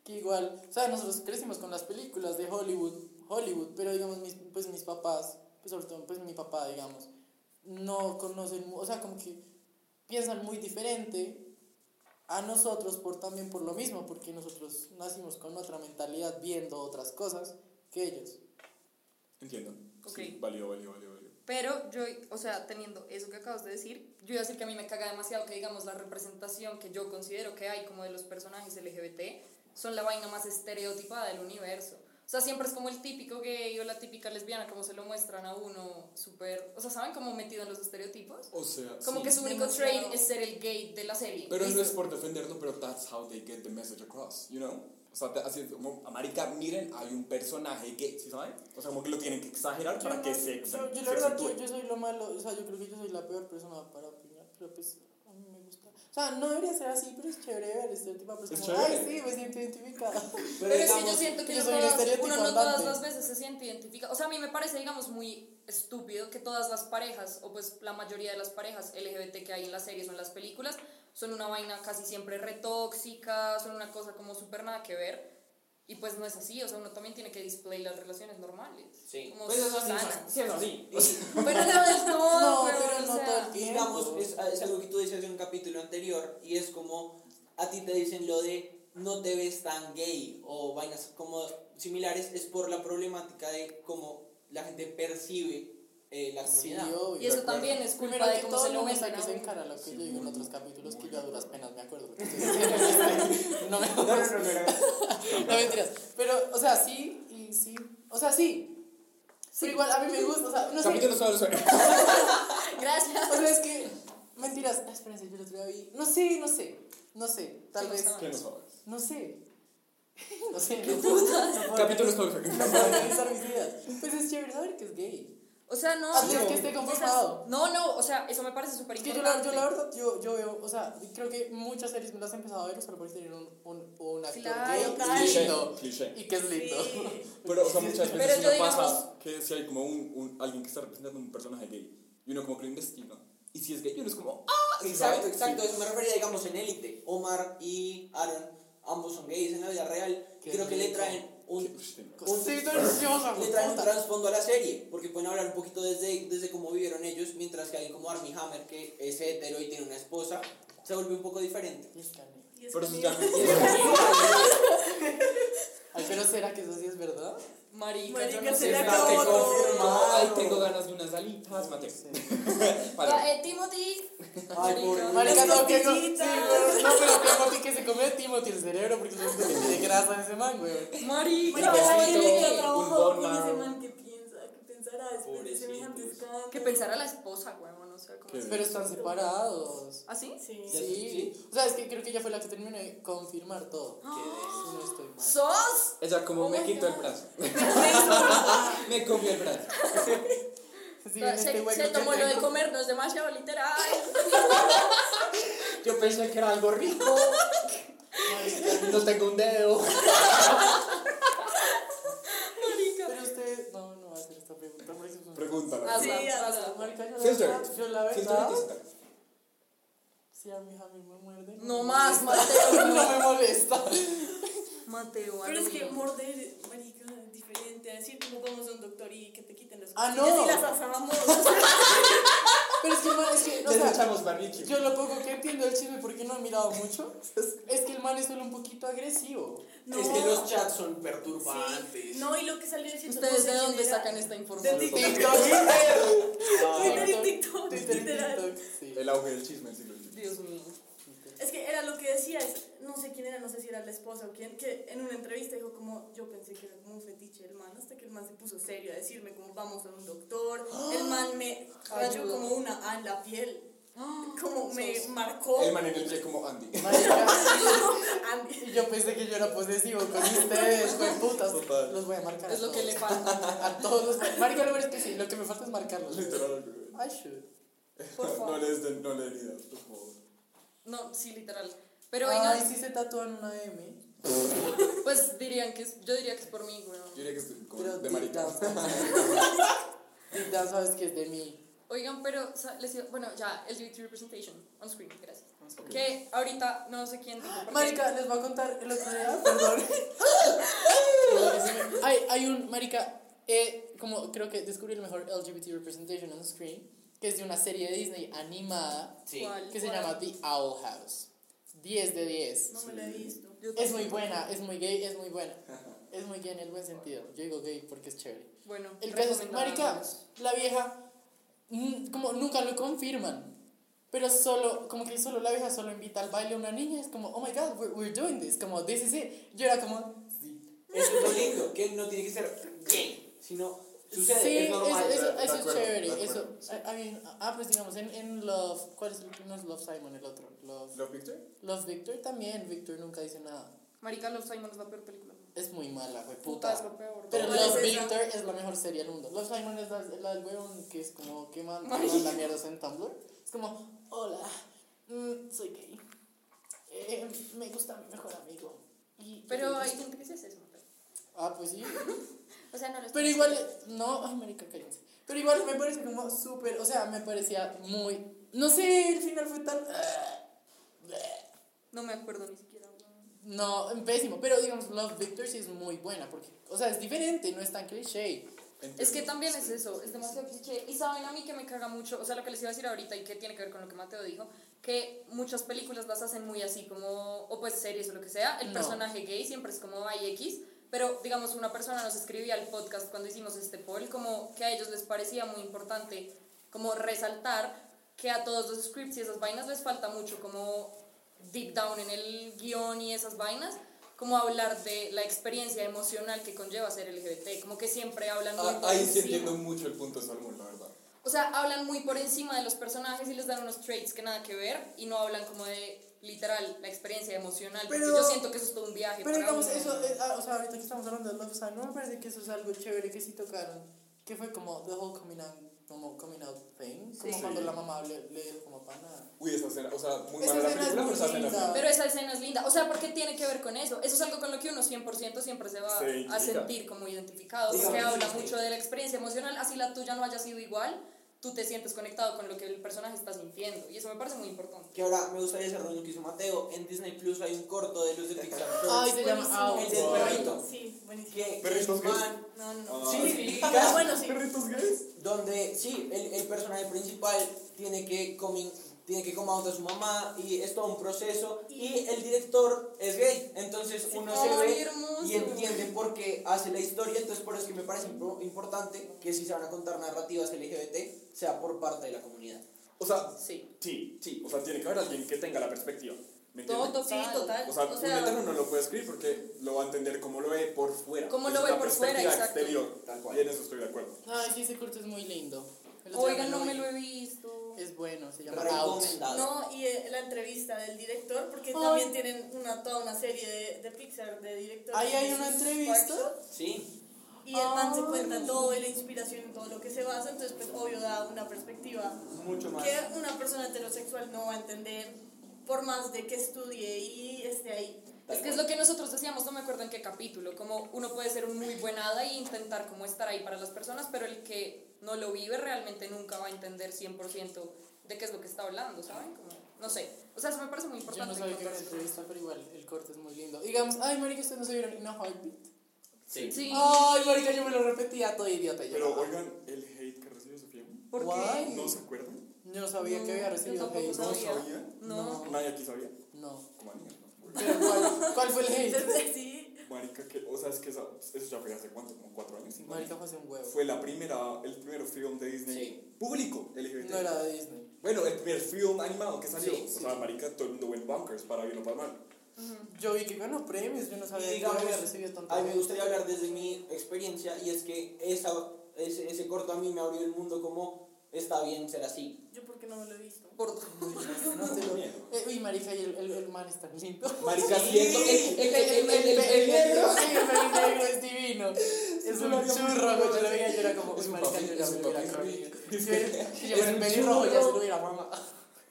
[SPEAKER 2] que igual, o sea, nosotros crecimos con las películas de Hollywood, Hollywood, pero digamos, mis, pues mis papás, pues sobre todo, pues mi papá, digamos, no conocen, mu- o sea, como que piensan muy diferente a nosotros por también por lo mismo, porque nosotros nacimos con otra mentalidad viendo otras cosas que ellos.
[SPEAKER 4] Entiendo.
[SPEAKER 3] Ok.
[SPEAKER 4] Sí, válido, válido, válido, válido.
[SPEAKER 3] Pero yo, o sea, teniendo eso que acabas de decir, yo iba a decir que a mí me caga demasiado que, digamos, la representación que yo considero que hay como de los personajes LGBT son la vaina más estereotipada del universo. O sea, siempre es como el típico gay o la típica lesbiana, como se lo muestran a uno, súper. O sea, ¿saben cómo metido en los estereotipos?
[SPEAKER 4] O sea,
[SPEAKER 3] Como
[SPEAKER 4] sí.
[SPEAKER 3] que su único
[SPEAKER 6] demasiado.
[SPEAKER 3] trade es ser el gay de la serie.
[SPEAKER 4] Pero no
[SPEAKER 3] Listo.
[SPEAKER 4] es por defenderlo, pero that's how they get the message across, you know? O sea, así es como, marica, miren, hay un personaje que, ¿sí saben? O sea, como que lo tienen que exagerar para que
[SPEAKER 2] no-
[SPEAKER 4] se
[SPEAKER 2] yo,
[SPEAKER 4] exagere.
[SPEAKER 2] yo la verdad, yo, yo soy lo malo, o sea, yo creo que yo soy la peor persona para opinar, pero pues a mí me gusta. O sea, no debería ser así, pero es chévere ver este tipo de
[SPEAKER 4] Es
[SPEAKER 2] personas.
[SPEAKER 4] chévere.
[SPEAKER 2] Ay, sí, me siento identificada.
[SPEAKER 5] Pero
[SPEAKER 3] Pero es que yo
[SPEAKER 5] digamos,
[SPEAKER 3] siento que
[SPEAKER 2] yo
[SPEAKER 3] no
[SPEAKER 2] soy el
[SPEAKER 3] todas-
[SPEAKER 2] estereotipo
[SPEAKER 3] uno no todas
[SPEAKER 2] andante.
[SPEAKER 3] las veces se siente identificado. O sea, a mí me parece, digamos, muy estúpido que todas las parejas, o pues la mayoría de las parejas LGBT que hay en las series o en las películas, son una vaina casi siempre retóxica, son una cosa como súper nada que ver. Y pues no es así, o sea, uno también tiene que display las relaciones normales.
[SPEAKER 5] Sí.
[SPEAKER 3] Como
[SPEAKER 5] Pues eso sí,
[SPEAKER 3] sanas.
[SPEAKER 5] sí, eso sí.
[SPEAKER 3] Pero no es todo,
[SPEAKER 2] No,
[SPEAKER 3] weón,
[SPEAKER 2] pero
[SPEAKER 3] o
[SPEAKER 2] no
[SPEAKER 3] sea,
[SPEAKER 2] todo el
[SPEAKER 5] Y
[SPEAKER 2] tiempo.
[SPEAKER 5] digamos, es, ah, es algo que tú decías en un capítulo anterior y es como a ti te dicen lo de no te ves tan gay o vainas como similares, es por la problemática de cómo la gente percibe eh, la
[SPEAKER 2] sí,
[SPEAKER 5] comunidad.
[SPEAKER 2] obvio.
[SPEAKER 3] Y eso
[SPEAKER 4] acuerdo.
[SPEAKER 3] también es culpa
[SPEAKER 2] Primero
[SPEAKER 3] de
[SPEAKER 2] que
[SPEAKER 3] cómo
[SPEAKER 2] todo,
[SPEAKER 3] se
[SPEAKER 2] no
[SPEAKER 3] lo
[SPEAKER 2] me
[SPEAKER 3] ven.
[SPEAKER 2] saques en cara lo que
[SPEAKER 4] Sí,
[SPEAKER 2] yo digo en
[SPEAKER 4] muy,
[SPEAKER 2] otros capítulos que
[SPEAKER 4] muy
[SPEAKER 2] yo a
[SPEAKER 4] de
[SPEAKER 2] duras
[SPEAKER 4] acuerdo.
[SPEAKER 2] penas me acuerdo. porque estoy diciendo esto. no me jodas. No mentiras. Pero, o sea, sí, y sí. O sea, sí. Pero igual a mí me gusta, o sea, no sé.
[SPEAKER 4] Capítulo solo suena.
[SPEAKER 3] Gracias.
[SPEAKER 2] O sea, es que. Mentiras. Ah, espérense, yo lo otro día vi- No sé, no sé. No sé. Tal
[SPEAKER 3] Sí,
[SPEAKER 2] vez.
[SPEAKER 3] no
[SPEAKER 4] ¿Qué no sabes?
[SPEAKER 2] No sé. No sé. ¿Qué putas?
[SPEAKER 4] Capítulo solo suena.
[SPEAKER 2] No puedo organizar mis ideas. Pues es chévere saber que es gay.
[SPEAKER 3] O sea, no.
[SPEAKER 2] Ah,
[SPEAKER 3] no,
[SPEAKER 2] es que esté confirmado.
[SPEAKER 3] No, no, o sea, eso me parece súper
[SPEAKER 2] Es que yo la, yo
[SPEAKER 3] importante.
[SPEAKER 2] la verdad, yo, yo veo, o sea, creo que muchas series me las he empezado a ver, solo por tener un, un, un actor
[SPEAKER 3] Claro,
[SPEAKER 2] gay
[SPEAKER 6] claro.
[SPEAKER 4] Cliché,
[SPEAKER 2] lindo.
[SPEAKER 4] cliché.
[SPEAKER 2] Y que es lindo.
[SPEAKER 6] Sí.
[SPEAKER 4] Pero, o sea, muchas
[SPEAKER 3] Pero
[SPEAKER 4] veces
[SPEAKER 3] yo
[SPEAKER 4] uno
[SPEAKER 3] digo-
[SPEAKER 4] pasa que si hay como un, un- alguien que está representando un personaje gay y uno como que lo investiga. Y si es gay, uno es como, ¡ah! ¿sabes?
[SPEAKER 5] Exacto, exacto.
[SPEAKER 4] Sí.
[SPEAKER 5] Eso me refería, digamos, en élite. Omar y Aaron, ambos son gays en la vida real.
[SPEAKER 2] Qué
[SPEAKER 5] Creo que le
[SPEAKER 2] rico.
[SPEAKER 5] traen un.
[SPEAKER 4] Ush, tengo-
[SPEAKER 2] Sí, deliciosa,
[SPEAKER 5] Le traen un
[SPEAKER 2] puta.
[SPEAKER 5] trasfondo a la serie, porque pueden hablar un poquito desde, desde cómo vivieron ellos, mientras que alguien como Armie Hammer, que es hetero y tiene una esposa, se vuelve un poco diferente.
[SPEAKER 2] Y es carne.
[SPEAKER 6] Y es
[SPEAKER 4] Pero eso
[SPEAKER 6] que-
[SPEAKER 4] ya-
[SPEAKER 2] Ay, pero será que eso sí es verdad?
[SPEAKER 3] Marica,
[SPEAKER 6] Marica,
[SPEAKER 3] yo no
[SPEAKER 6] se
[SPEAKER 3] sé.
[SPEAKER 6] le
[SPEAKER 3] pero-
[SPEAKER 6] acabó.
[SPEAKER 5] Mate, confirmado.
[SPEAKER 4] Ay, tengo ganas de unas alitas, Mateo.
[SPEAKER 2] Sí.
[SPEAKER 3] Va,
[SPEAKER 4] Vale.
[SPEAKER 3] eh, Timothy.
[SPEAKER 5] Ay, pobre.
[SPEAKER 2] Marica, no, que no. Sí,
[SPEAKER 6] Costillitas.
[SPEAKER 2] pero no, pero Timothy que se come Timothy el cerebro porque es que tiene grasa ese man, güey.
[SPEAKER 3] Marica,
[SPEAKER 6] Marica, la
[SPEAKER 4] Pobrecito,
[SPEAKER 6] gente que ha
[SPEAKER 4] un
[SPEAKER 6] trabajado con
[SPEAKER 4] Bonmar.
[SPEAKER 6] ese man que piensa, que pensará después de semejante
[SPEAKER 5] Pobrecitos.
[SPEAKER 6] escándalo.
[SPEAKER 3] que pensara la esposa, huevón, no sé cómo.
[SPEAKER 4] Qué
[SPEAKER 3] se- ¿Ah,
[SPEAKER 2] Pero están separados.
[SPEAKER 3] ¿Así?
[SPEAKER 6] Sí.
[SPEAKER 2] Sí. O sea, es que creo que ella fue la que terminó de confirmar todo. Si no estoy mal.
[SPEAKER 3] ¿Sos?
[SPEAKER 4] Ella como
[SPEAKER 3] Oh
[SPEAKER 4] me
[SPEAKER 3] my
[SPEAKER 4] quitó el
[SPEAKER 3] God.
[SPEAKER 4] brazo. me comió el brazo.
[SPEAKER 2] Sí, en este
[SPEAKER 3] se,
[SPEAKER 2] hueco
[SPEAKER 3] se
[SPEAKER 2] que
[SPEAKER 3] tomó lo de
[SPEAKER 2] tengo.
[SPEAKER 3] comernos demasiado literal.
[SPEAKER 4] Yo pensé que era algo rico. No tengo un dedo.
[SPEAKER 3] Marica.
[SPEAKER 2] Pero usted. No, no va a hacer esta pregunta porque es una-
[SPEAKER 4] Pregúntala.
[SPEAKER 3] Hazla,
[SPEAKER 6] Sí,
[SPEAKER 3] hazla.
[SPEAKER 2] Marica, yo la
[SPEAKER 4] Filter.
[SPEAKER 2] verdad- yo la
[SPEAKER 4] Si es
[SPEAKER 2] verdad.
[SPEAKER 4] turista.
[SPEAKER 2] Si a mi hija me muerde. me
[SPEAKER 3] No más,
[SPEAKER 2] molesta.
[SPEAKER 3] Mateo.
[SPEAKER 2] No me molesta.
[SPEAKER 3] Mateo,
[SPEAKER 6] Pero es que
[SPEAKER 3] alumno.
[SPEAKER 6] morder, marica, es diferente a decir como vamos a un doctor y que te quiten las
[SPEAKER 2] Ah,
[SPEAKER 6] costillas
[SPEAKER 2] no.
[SPEAKER 6] y las asamos. O sea,
[SPEAKER 2] Pero es que, man, es que. o
[SPEAKER 4] Les
[SPEAKER 2] sea,
[SPEAKER 4] echamos barbecue.
[SPEAKER 2] Yo lo poco que entiendo del chisme porque no he mirado mucho es que el man es solo un poquito agresivo.
[SPEAKER 6] no.
[SPEAKER 5] Es que los chats son
[SPEAKER 6] Sí.
[SPEAKER 5] perturbantes.
[SPEAKER 6] No, y lo que salió diciendo.
[SPEAKER 3] ¿Ustedes de dónde sacan este esta información?
[SPEAKER 6] De
[SPEAKER 2] TikTok.
[SPEAKER 6] Twitter y TikTok,
[SPEAKER 2] Twitter y
[SPEAKER 6] literal.
[SPEAKER 2] TikTok. Sí.
[SPEAKER 4] El auge del chisme, sí, lo digo.
[SPEAKER 3] Dios mío.
[SPEAKER 6] Es que era lo que decía, es- no sé quién era, no sé si era la esposa o quién, que en una entrevista dijo como, yo pensé que era como un fetiche el man, hasta que el man se puso serio a decirme como, vamos a un doctor,
[SPEAKER 2] ¡Ah!
[SPEAKER 6] el man me rayó
[SPEAKER 3] Ayuda.
[SPEAKER 6] como una A en la piel, como me
[SPEAKER 3] sos-
[SPEAKER 6] marcó,
[SPEAKER 4] El man en el pie como Andy.
[SPEAKER 2] Marica,
[SPEAKER 6] Andy.
[SPEAKER 2] y yo pensé que yo era posesivo con ustedes, fue putas.
[SPEAKER 4] Total.
[SPEAKER 2] Los voy a marcar. a
[SPEAKER 3] Es lo que
[SPEAKER 2] todos.
[SPEAKER 3] le falta.
[SPEAKER 2] A todos los. Marica, lo verdad es que sí, lo que me falta es marcarlos.
[SPEAKER 4] Literal, güey.
[SPEAKER 2] I should.
[SPEAKER 3] Por
[SPEAKER 4] No
[SPEAKER 3] favor.
[SPEAKER 4] le des de- no le heridas, por favor.
[SPEAKER 3] No, sí, literal. Pero
[SPEAKER 2] Ay,
[SPEAKER 3] venga,
[SPEAKER 2] sí se tatúan una M.
[SPEAKER 3] pues dirían que es, yo diría que es por mí, weón.
[SPEAKER 4] Yo diría que es como
[SPEAKER 2] Pero
[SPEAKER 4] de
[SPEAKER 2] deep
[SPEAKER 4] marica.
[SPEAKER 2] down. Deep down sabes que es de mí.
[SPEAKER 3] Oigan, pero, o sea, les iba- bueno, ya, LGBT representation, on screen, gracias.
[SPEAKER 4] Ok.
[SPEAKER 3] Que ahorita no sé quién dijo. porque-
[SPEAKER 2] Marica, les voy a contar el otro día, perdón. hay, hay un, Marica, eh, como creo que descubrí el mejor LGBT representation on screen, que es de una serie de Disney animada
[SPEAKER 5] Sí.
[SPEAKER 3] ¿Cuál?
[SPEAKER 2] que se llama The Owl House. 10 de 10.
[SPEAKER 6] No me lo he visto.
[SPEAKER 3] Yo-
[SPEAKER 2] Es muy buena, es muy gay, es muy buena. Es muy gay en el buen sentido. Yo digo gay porque es chévere.
[SPEAKER 3] Bueno,
[SPEAKER 2] El caso es que,
[SPEAKER 3] recomendado,
[SPEAKER 2] marica,
[SPEAKER 3] amigos.
[SPEAKER 2] la vieja, mm, como nunca lo confirman, pero solo, como que solo la vieja solo invita al baile a una niña, es como, oh my god, we're, we're doing this, como, this is it. Yo era como, sí.
[SPEAKER 5] Eso es lo lindo, que no tiene que ser gay, sino sucede,
[SPEAKER 2] sí,
[SPEAKER 5] es normal.
[SPEAKER 2] eso, eso-
[SPEAKER 4] de
[SPEAKER 2] eso
[SPEAKER 4] acuerdo,
[SPEAKER 2] es chévere,
[SPEAKER 4] de
[SPEAKER 2] eso,
[SPEAKER 4] acuerdo, sí.
[SPEAKER 2] I- I mean, ah, pues digamos, en, en Love, ¿cuál es el que no es Love Simon, el otro? Love,
[SPEAKER 4] ¿Love Picture?
[SPEAKER 2] Love Victor también, Victor nunca dice nada,
[SPEAKER 3] Marica, Love Simon es la peor película.
[SPEAKER 2] es muy mala, fue
[SPEAKER 3] Puta,
[SPEAKER 2] puta.
[SPEAKER 3] es lo peor.
[SPEAKER 2] Pero
[SPEAKER 6] ¿Cuál
[SPEAKER 2] Love
[SPEAKER 6] es esa?
[SPEAKER 2] Victor es la mejor serie del mundo. Love Simon es la, la del weón que es como queman,
[SPEAKER 3] Ay.
[SPEAKER 2] queman la mierda en Tumblr. Es como, hola, mm, soy gay. Eh, me gusta mi mejor amigo. Y-
[SPEAKER 3] Pero
[SPEAKER 2] y-
[SPEAKER 3] hay gente que sí hace eso, Mateo.
[SPEAKER 2] Ah, pues sí.
[SPEAKER 3] O sea, no lo
[SPEAKER 2] Pero igual, no, ay, marica, cállense. Pero igual me parece como súper, o sea, me parecía muy... No sé, el final fue tan...
[SPEAKER 3] No me acuerdo ni siquiera. weón.
[SPEAKER 2] No, pésimo. Pero digamos, Love Victor sí es muy buena porque, o sea, es diferente, no es tan cliché.
[SPEAKER 3] Es que
[SPEAKER 4] Entiendo,
[SPEAKER 3] también
[SPEAKER 4] sí.
[SPEAKER 3] es eso, es demasiado cliché. Y saben a mí que me caga mucho, o sea, lo que les iba a decir ahorita y que tiene que ver con lo que Mateo dijo, que muchas películas las hacen muy así, como, o pues series o lo que sea, el
[SPEAKER 2] No.
[SPEAKER 3] personaje gay siempre es como hay X, pero digamos, una persona nos escribía al podcast cuando hicimos este poll, como que a ellos les parecía muy importante, como resaltar que a todos los scripts y esas vainas les falta mucho, como deep down en el guión y esas vainas. Como hablar de la experiencia emocional que conlleva ser LGBT, como que siempre hablan muy
[SPEAKER 4] Ah,
[SPEAKER 3] por
[SPEAKER 4] Ahí sí
[SPEAKER 3] encima.
[SPEAKER 4] entiendo mucho el punto de Salmón, la verdad.
[SPEAKER 3] O sea, hablan muy por encima de los personajes y les dan unos traits que nada que ver y no hablan como de literal la experiencia emocional.
[SPEAKER 2] Pero-
[SPEAKER 3] porque yo siento que eso es todo un viaje.
[SPEAKER 2] Pero
[SPEAKER 3] para
[SPEAKER 2] digamos, eh,
[SPEAKER 3] uno.
[SPEAKER 2] eso, eh, ah, o sea, ahorita que estamos hablando de Love Simon, me parece que eso es algo chévere que sí tocaron. Que fue como the whole coming out, como coming out thing. Como
[SPEAKER 3] Sí.
[SPEAKER 2] cuando
[SPEAKER 4] Sí.
[SPEAKER 2] la mamá le, le dijo como pana.
[SPEAKER 4] Uy, esa escena, o sea, muy
[SPEAKER 2] Esa
[SPEAKER 4] mala
[SPEAKER 2] escena
[SPEAKER 4] la
[SPEAKER 2] es
[SPEAKER 4] película,
[SPEAKER 2] muy
[SPEAKER 4] pero esa escena es
[SPEAKER 2] linda.
[SPEAKER 4] linda.
[SPEAKER 3] Pero esa escena es linda. O sea, porque tiene que ver con eso. Eso es algo con lo que uno 100% siempre se va
[SPEAKER 4] Se
[SPEAKER 3] a
[SPEAKER 4] identifica.
[SPEAKER 3] sentir como identificado.
[SPEAKER 5] Digamos,
[SPEAKER 3] Porque
[SPEAKER 5] sí,
[SPEAKER 3] habla
[SPEAKER 5] sí.
[SPEAKER 3] mucho de la experiencia emocional. Así la tuya no haya sido igual, tú te sientes conectado con lo que el personaje está sintiendo. Y eso me parece muy importante.
[SPEAKER 5] Que ahora me gustaría cerrar lo que hizo Mateo. En Disney Plus hay un corto de luz de Pixar.
[SPEAKER 2] Ay, se llama
[SPEAKER 6] ah,
[SPEAKER 5] El
[SPEAKER 2] Out.
[SPEAKER 5] del perrito.
[SPEAKER 6] Sí, buenísimo.
[SPEAKER 5] Que
[SPEAKER 4] Perritos
[SPEAKER 5] el man-
[SPEAKER 6] No, no,
[SPEAKER 4] Ah.
[SPEAKER 6] no.
[SPEAKER 5] Sí,
[SPEAKER 6] Pero bueno, sí.
[SPEAKER 4] ¿Perritos gays?
[SPEAKER 5] donde sí, el, el personaje principal tiene que coming, tiene que come out a su mamá y es todo un proceso y el director es gay, entonces uno se
[SPEAKER 3] Ay,
[SPEAKER 5] ve
[SPEAKER 3] hermoso.
[SPEAKER 5] y entiende por qué hace la historia, entonces por eso es que me parece impor- importante que si se van a contar narrativas LGBT sea por parte de la comunidad.
[SPEAKER 4] O sea,
[SPEAKER 3] Sí.
[SPEAKER 4] sí, sí, o sea, tiene que haber alguien que tenga la perspectiva. ¿Me
[SPEAKER 3] Todo
[SPEAKER 4] entiendes?
[SPEAKER 3] total.
[SPEAKER 6] Sí, total.
[SPEAKER 4] O sea,
[SPEAKER 6] O
[SPEAKER 4] un
[SPEAKER 6] sea,
[SPEAKER 4] hetero no lo puede escribir porque lo va a entender como lo ve por fuera.
[SPEAKER 3] Como
[SPEAKER 4] Es
[SPEAKER 3] lo ve
[SPEAKER 4] una
[SPEAKER 3] por fuera,
[SPEAKER 4] perspectiva
[SPEAKER 3] exacto.
[SPEAKER 4] exterior.
[SPEAKER 5] Tal cual.
[SPEAKER 4] Y en eso estoy de acuerdo.
[SPEAKER 2] Ay, sí, ese corto es muy lindo. El otro
[SPEAKER 3] Oigan,
[SPEAKER 2] día
[SPEAKER 3] no me lo
[SPEAKER 2] vi.
[SPEAKER 3] he visto.
[SPEAKER 2] Es bueno, se llama Out.
[SPEAKER 5] Recomendado.
[SPEAKER 6] No, y eh, la entrevista del director, porque
[SPEAKER 2] Ay.
[SPEAKER 6] también tienen una, toda una serie de, de Pixar de directores.
[SPEAKER 2] Ahí hay
[SPEAKER 6] de
[SPEAKER 2] una
[SPEAKER 6] sus
[SPEAKER 2] entrevista.
[SPEAKER 6] workshops,
[SPEAKER 5] Sí,
[SPEAKER 6] Y el man se
[SPEAKER 2] Ay.
[SPEAKER 6] cuenta todo de la inspiración, en todo lo que se basa, entonces pues obvio da una perspectiva
[SPEAKER 5] mucho más.
[SPEAKER 6] que una persona heterosexual no va a entender por más de que estudie y esté ahí.
[SPEAKER 5] Tal
[SPEAKER 3] Es que es lo que nosotros decíamos, no me acuerdo en qué capítulo, como uno puede ser un muy buen hada e intentar como estar ahí para las personas, pero el que no lo vive realmente nunca va a entender 100% de qué es lo que está hablando, ¿saben? Como, no sé, o sea, eso me parece muy
[SPEAKER 2] Yo no
[SPEAKER 3] importante.
[SPEAKER 2] sabía que era
[SPEAKER 3] encontrar-
[SPEAKER 2] entrevista, pero igual, el corto es muy lindo. Digamos, ay, marica, ustedes no se vieron Lina Heartbeat.
[SPEAKER 5] Sí.
[SPEAKER 3] Sí,
[SPEAKER 2] Ay, marica, yo me lo repetía todo idiota. Yo
[SPEAKER 4] Pero oigan, el hate que recibe Sofía,
[SPEAKER 3] ¿por
[SPEAKER 2] Guay.
[SPEAKER 3] qué?
[SPEAKER 4] ¿no se acuerdan?
[SPEAKER 2] yo no sabía que había
[SPEAKER 3] yo
[SPEAKER 2] recibido
[SPEAKER 3] tampoco
[SPEAKER 2] hate.
[SPEAKER 3] sabía.
[SPEAKER 4] ¿No sabían?
[SPEAKER 3] No.
[SPEAKER 4] Nadie aquí sabía.
[SPEAKER 2] No.
[SPEAKER 4] Como a mí, ¿no?
[SPEAKER 2] Pero, ¿cuál, cuál fue el hate?
[SPEAKER 6] Entonces sí,
[SPEAKER 4] Marica, que, o sea, es que esa- eso ya fue hace cuánto, como cuatro años, cinco años.
[SPEAKER 2] Marica, fue hace un huevo.
[SPEAKER 4] Fue la primera, el primer film de Disney
[SPEAKER 5] Sí.
[SPEAKER 4] público LGBT.
[SPEAKER 2] No era de Disney.
[SPEAKER 4] Bueno, el primer film animado que salió.
[SPEAKER 5] Sí,
[SPEAKER 4] o
[SPEAKER 5] sí.
[SPEAKER 4] sea, marica, todo el mundo went bunkers para bien o para mal.
[SPEAKER 2] Yo vi que ganó premios, yo no sabía
[SPEAKER 5] Y
[SPEAKER 2] que
[SPEAKER 5] digamos,
[SPEAKER 2] había recibido tanto
[SPEAKER 5] A mí me
[SPEAKER 2] hate.
[SPEAKER 5] gustaría hablar desde mi experiencia y es que esa, ese, ese corto a mí me abrió el mundo como está bien ser así.
[SPEAKER 6] yo porque no me lo he visto.
[SPEAKER 3] Por-
[SPEAKER 4] No tengo miedo.
[SPEAKER 2] Eh, uy, marica, y el, el, el man es tan lindo.
[SPEAKER 4] Marica,
[SPEAKER 5] Sí.
[SPEAKER 4] siento el, el, el, el, el, el negro.
[SPEAKER 2] sí, el negro es divino. Es
[SPEAKER 4] un
[SPEAKER 2] un
[SPEAKER 4] labio muy
[SPEAKER 2] churro,
[SPEAKER 4] rojo.
[SPEAKER 2] yo lo veía, yo era como,
[SPEAKER 4] Es
[SPEAKER 2] uy,
[SPEAKER 4] un
[SPEAKER 2] marica,
[SPEAKER 4] papi-
[SPEAKER 2] yo
[SPEAKER 4] es
[SPEAKER 2] ya me
[SPEAKER 4] un
[SPEAKER 2] lo hubiera
[SPEAKER 4] papi
[SPEAKER 2] comido.
[SPEAKER 4] rico.
[SPEAKER 2] Si hubiera- si yo
[SPEAKER 4] Es
[SPEAKER 2] fuera
[SPEAKER 4] un
[SPEAKER 2] pelirrojo, ya se
[SPEAKER 4] churro.
[SPEAKER 2] lo hubiera mamá.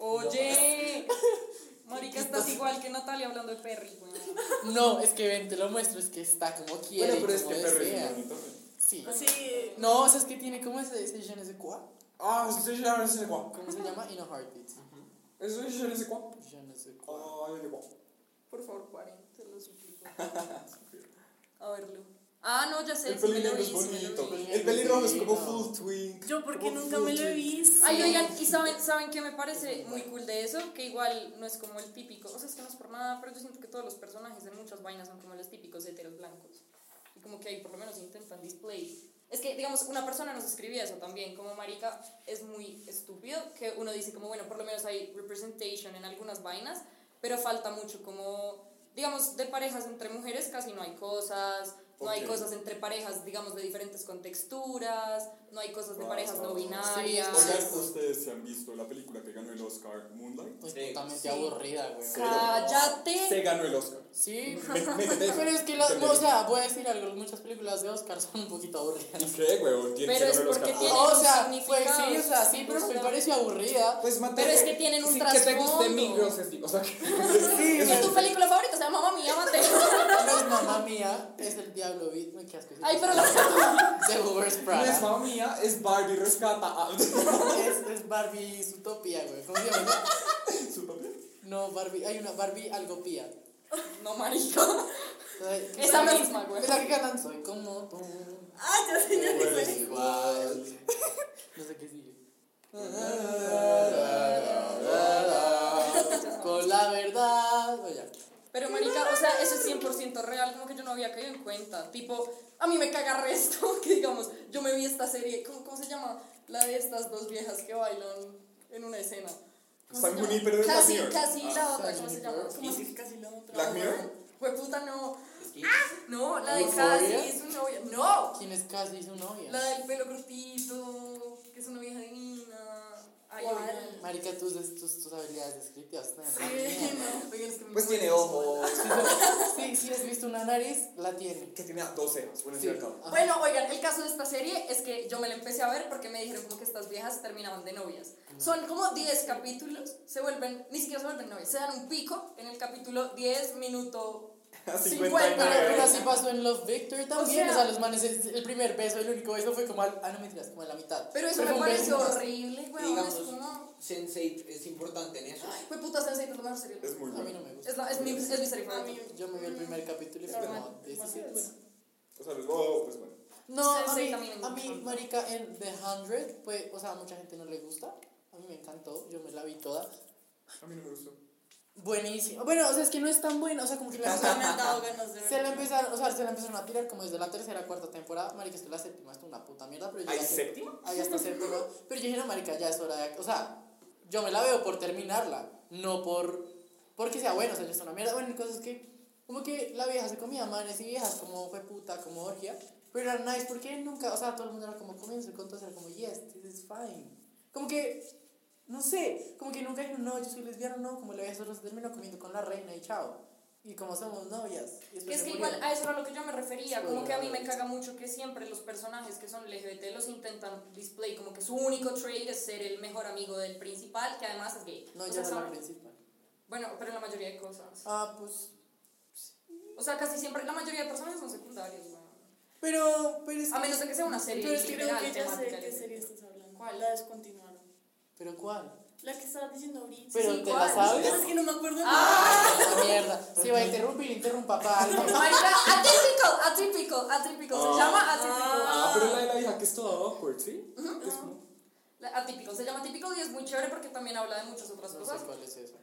[SPEAKER 3] Oye, marica, estás igual que Natalia hablando de Perry, güey.
[SPEAKER 2] No, es que ven, te lo muestro, es que está como quiere.
[SPEAKER 4] Bueno, pero es que
[SPEAKER 2] como
[SPEAKER 4] perro es
[SPEAKER 2] desea.
[SPEAKER 4] muy bonito.
[SPEAKER 2] Sí.
[SPEAKER 6] Sí,
[SPEAKER 2] No, o sea, es que tiene, ¿cómo es ese je ne sais quoi?
[SPEAKER 4] Ah, eso es ya no sé cuá.
[SPEAKER 2] ¿Cómo se llama? In a heartbeat.
[SPEAKER 4] Eso es ya no sé cuá.
[SPEAKER 2] Je ne sais quoi.
[SPEAKER 4] Ah, ya no sé cuá.
[SPEAKER 3] Por favor, paren, te lo suplico. A verlo. Ah, no, ya sé,
[SPEAKER 4] El
[SPEAKER 3] sí me
[SPEAKER 4] peli
[SPEAKER 3] lo
[SPEAKER 4] negro
[SPEAKER 3] vi,
[SPEAKER 4] es
[SPEAKER 3] sí me lo
[SPEAKER 4] bonito.
[SPEAKER 3] vi.
[SPEAKER 4] El peli rojo es como full twink.
[SPEAKER 6] yo porque
[SPEAKER 2] Oh,
[SPEAKER 4] como
[SPEAKER 6] nunca
[SPEAKER 4] full
[SPEAKER 6] me lo he
[SPEAKER 4] twink.
[SPEAKER 6] visto.
[SPEAKER 3] Ay, oigan, y saben, saben que me parece muy cool de eso, que igual no es como el típico, o sea, es que no es por nada, pero yo siento que todos los personajes de muchas vainas son como los típicos heteros blancos. Y como que ahí por lo menos intentan display. Es que, digamos, una persona nos escribía eso también, como marica, es muy estúpido que uno dice como, bueno, por lo menos hay representation en algunas vainas, pero falta mucho como, digamos, de parejas entre mujeres casi no hay cosas, no hay
[SPEAKER 4] Ok.
[SPEAKER 3] cosas entre parejas, digamos, de diferentes contexturas, no hay cosas de
[SPEAKER 4] Ah,
[SPEAKER 3] parejas no
[SPEAKER 4] sí, es
[SPEAKER 3] binarias.
[SPEAKER 4] Oigan, ustedes se han visto la película que ganó el Oscar, Moonlight.
[SPEAKER 2] Pues
[SPEAKER 5] Sí.
[SPEAKER 2] totalmente
[SPEAKER 3] Sí.
[SPEAKER 2] aburrida, güey.
[SPEAKER 4] Sí. Se
[SPEAKER 3] Cállate.
[SPEAKER 4] ganó el Oscar.
[SPEAKER 2] Sí.
[SPEAKER 4] Mé- Métete eso.
[SPEAKER 2] Pero es que, la,
[SPEAKER 4] Métete
[SPEAKER 2] no, o
[SPEAKER 4] eso.
[SPEAKER 2] sea, voy a decir algo, muchas películas de Oscar son un poquito aburridas.
[SPEAKER 4] ¿Y qué, weón? ¿Quién
[SPEAKER 3] Pero
[SPEAKER 4] se
[SPEAKER 3] es
[SPEAKER 4] ganó el
[SPEAKER 3] porque
[SPEAKER 4] Oscar?
[SPEAKER 3] tiene-
[SPEAKER 2] o sea,
[SPEAKER 3] un
[SPEAKER 2] pues sí, o
[SPEAKER 3] significado,
[SPEAKER 2] sea, sí, pero
[SPEAKER 3] o
[SPEAKER 2] me
[SPEAKER 3] sea.
[SPEAKER 2] parece aburrida.
[SPEAKER 4] Pues Mateo,
[SPEAKER 3] Pero es que tienen un
[SPEAKER 4] sí, Que te guste
[SPEAKER 3] trasfondo.
[SPEAKER 4] Mean Girls es di- O sea, que-
[SPEAKER 2] Sí,
[SPEAKER 3] Es que tu película favorita se llama Mamá Mía, mate.
[SPEAKER 2] no es mamá mía, es el diablo beat, me quedas
[SPEAKER 3] Ay, pero la
[SPEAKER 2] The Hoover's
[SPEAKER 4] no es
[SPEAKER 2] Prada.
[SPEAKER 4] mamá mía, es Barbie rescata a...
[SPEAKER 2] Es, es Barbie Zootopia, güey. ¿Cómo se llama?
[SPEAKER 4] ¿Su papel?
[SPEAKER 2] No, Barbie, hay una Barbie Algopía.
[SPEAKER 3] No, marico. Esa misma, güey.
[SPEAKER 2] Es la que cantan Soy como tú.
[SPEAKER 6] Ah, ya sé, ya sé cuál
[SPEAKER 2] eres
[SPEAKER 6] es.
[SPEAKER 2] igual. No sé qué sigue. Con la verdad. O ya.
[SPEAKER 3] Pero, marica, o sea, eso es 100% real, como que yo no había caído en cuenta. Tipo, a mí me caga resto, que digamos, yo me vi esta serie, ¿cómo, cómo se llama? La de estas dos viejas que bailan en una escena. ¿Cómo se
[SPEAKER 4] San
[SPEAKER 3] llama?
[SPEAKER 4] Junípero de Black
[SPEAKER 3] Casi,
[SPEAKER 4] Mirror.
[SPEAKER 3] casi la
[SPEAKER 2] Ah,
[SPEAKER 3] otra,
[SPEAKER 2] San
[SPEAKER 3] ¿cómo se
[SPEAKER 2] Junípero.
[SPEAKER 3] llama? ¿Cómo se-
[SPEAKER 6] Casi lo otro.
[SPEAKER 4] Black Mirror.
[SPEAKER 3] Fue puta, no.
[SPEAKER 5] Es que-
[SPEAKER 3] No, la de
[SPEAKER 2] ¿Euphoria?
[SPEAKER 3] Casi, es su novia. No.
[SPEAKER 2] ¿Quién es casi su novia?
[SPEAKER 3] La del pelo cortito, que es una vieja divina. Ay,
[SPEAKER 6] ¿Cuál?
[SPEAKER 3] oigan.
[SPEAKER 2] Marica, tus, tus, tus habilidades descriptivas. ¿no?
[SPEAKER 6] Sí.
[SPEAKER 3] Oigan, es que me
[SPEAKER 5] Pues tiene
[SPEAKER 3] muero.
[SPEAKER 5] ojos.
[SPEAKER 2] Sí, si, si has visto una nariz, la tiene.
[SPEAKER 4] Oh, Que tenía 12 años, bueno,
[SPEAKER 2] Sí,
[SPEAKER 4] sí, acabo.
[SPEAKER 2] ajá.
[SPEAKER 3] Bueno, oigan, el caso de esta serie es que yo me la empecé a ver porque me dijeron como que estas viejas terminaban de novias. Son como 10 capítulos, se vuelven, ni siquiera se vuelven novias, se dan un pico en el capítulo 10, minuto
[SPEAKER 4] Ah,
[SPEAKER 2] 50,
[SPEAKER 3] Pero-
[SPEAKER 2] pero así pasó en Love Victor también. O sea,
[SPEAKER 3] sea-
[SPEAKER 2] los manes, el, el primer beso, el único beso fue como al. Ah, no mentiras, como a la mitad.
[SPEAKER 3] Pero eso
[SPEAKER 2] fue
[SPEAKER 3] me
[SPEAKER 2] un beso
[SPEAKER 3] pareció
[SPEAKER 2] más.
[SPEAKER 3] horrible,
[SPEAKER 5] Y
[SPEAKER 3] weón.
[SPEAKER 5] digamos,
[SPEAKER 3] Es como.
[SPEAKER 5] Sense8 es importante en eso.
[SPEAKER 3] Fue puta Sensei, es la mejor serie.
[SPEAKER 4] Es muy
[SPEAKER 2] A mí no
[SPEAKER 4] bueno.
[SPEAKER 2] me gusta.
[SPEAKER 3] Es, la- es mi, es mi serie
[SPEAKER 6] A mí-
[SPEAKER 3] favorita.
[SPEAKER 2] Yo me vi el primer capítulo y fue
[SPEAKER 6] Normal.
[SPEAKER 2] como. "This is it".
[SPEAKER 4] O sea, los wow, pues bueno.
[SPEAKER 2] No, a
[SPEAKER 3] Sensei
[SPEAKER 2] mí,
[SPEAKER 3] también me
[SPEAKER 2] a mí,
[SPEAKER 3] encanta.
[SPEAKER 2] marica, en The 100, pues, o sea, a mucha gente no le gusta. A mí me encantó, yo me la vi toda.
[SPEAKER 4] A mí no me gustó.
[SPEAKER 2] Buenísimo. Bueno, o sea, es que no es tan buena, o sea, como que la
[SPEAKER 6] O sea, pues, me han dado ganas de
[SPEAKER 2] Se la
[SPEAKER 6] ver.
[SPEAKER 2] empezaron, o sea, se la empezaron a tirar como desde la tercera, cuarta temporada. Marica, esto es la séptima, esto es una puta mierda, pero yo
[SPEAKER 4] ¿Hay
[SPEAKER 2] ya sé-
[SPEAKER 4] séptima?
[SPEAKER 2] Ahí hasta séptima. Pero yo dije, no, marica, ya es hora de... O sea, yo me la veo por terminarla, no por... Porque sea bueno, o sea, yo es una mierda. Bueno, cosas que... Como que la vieja se comía manes y viejas como fue puta, como orgia. Pero era nice porque nunca, o sea, todo el mundo era como comienzo y con todo era como, yes, this is fine. Como que, no sé, como que nunca dijeron, no, yo soy lesbiana, no, como la vieja solo se terminó comiendo con la reina y chao. Y como somos novias. y
[SPEAKER 3] Que
[SPEAKER 2] después
[SPEAKER 3] es
[SPEAKER 2] se
[SPEAKER 3] que
[SPEAKER 2] murió.
[SPEAKER 3] igual a eso era lo que yo me refería,
[SPEAKER 2] Sí,
[SPEAKER 3] como que a mí me
[SPEAKER 2] claro.
[SPEAKER 3] caga mucho que siempre los personajes que son LGBT los intentan display, como que su único trait es ser el mejor amigo del principal, que además es gay.
[SPEAKER 2] No,
[SPEAKER 3] O
[SPEAKER 2] ya
[SPEAKER 3] sea,
[SPEAKER 2] no la
[SPEAKER 3] ¿saben?
[SPEAKER 2] principal.
[SPEAKER 3] Bueno, pero en la mayoría de cosas.
[SPEAKER 2] Ah, pues
[SPEAKER 3] O sea, casi siempre, la mayoría de personajes son secundarios, weón.
[SPEAKER 2] Pero, pero es
[SPEAKER 3] A menos de que sea una serie
[SPEAKER 6] Pero es que creo
[SPEAKER 3] liberal,
[SPEAKER 6] que ya sé
[SPEAKER 3] temática,
[SPEAKER 6] qué
[SPEAKER 3] LGBT.
[SPEAKER 6] serie estás hablando.
[SPEAKER 3] ¿Cuál?
[SPEAKER 6] La descontinuaron.
[SPEAKER 2] ¿Pero cuál?
[SPEAKER 6] La que estabas diciendo ahorita.
[SPEAKER 2] Pero Ah.
[SPEAKER 3] Sí,
[SPEAKER 2] te
[SPEAKER 3] ¿cuál?
[SPEAKER 2] la sabes.
[SPEAKER 6] Es que no me acuerdo. Ah,
[SPEAKER 3] Ah,
[SPEAKER 2] La mierda. Si va a interrumpir, interrumpa para algo.
[SPEAKER 3] Marica, atípico, atípico, atípico, se llama atípico.
[SPEAKER 4] Ah, pero la de la vieja que es toda awkward, ¿sí? Que es como-
[SPEAKER 3] La- Atípico, se llama atípico y es muy chévere porque también habla de muchas otras
[SPEAKER 2] No sé
[SPEAKER 3] cosas.
[SPEAKER 2] cuál es eso.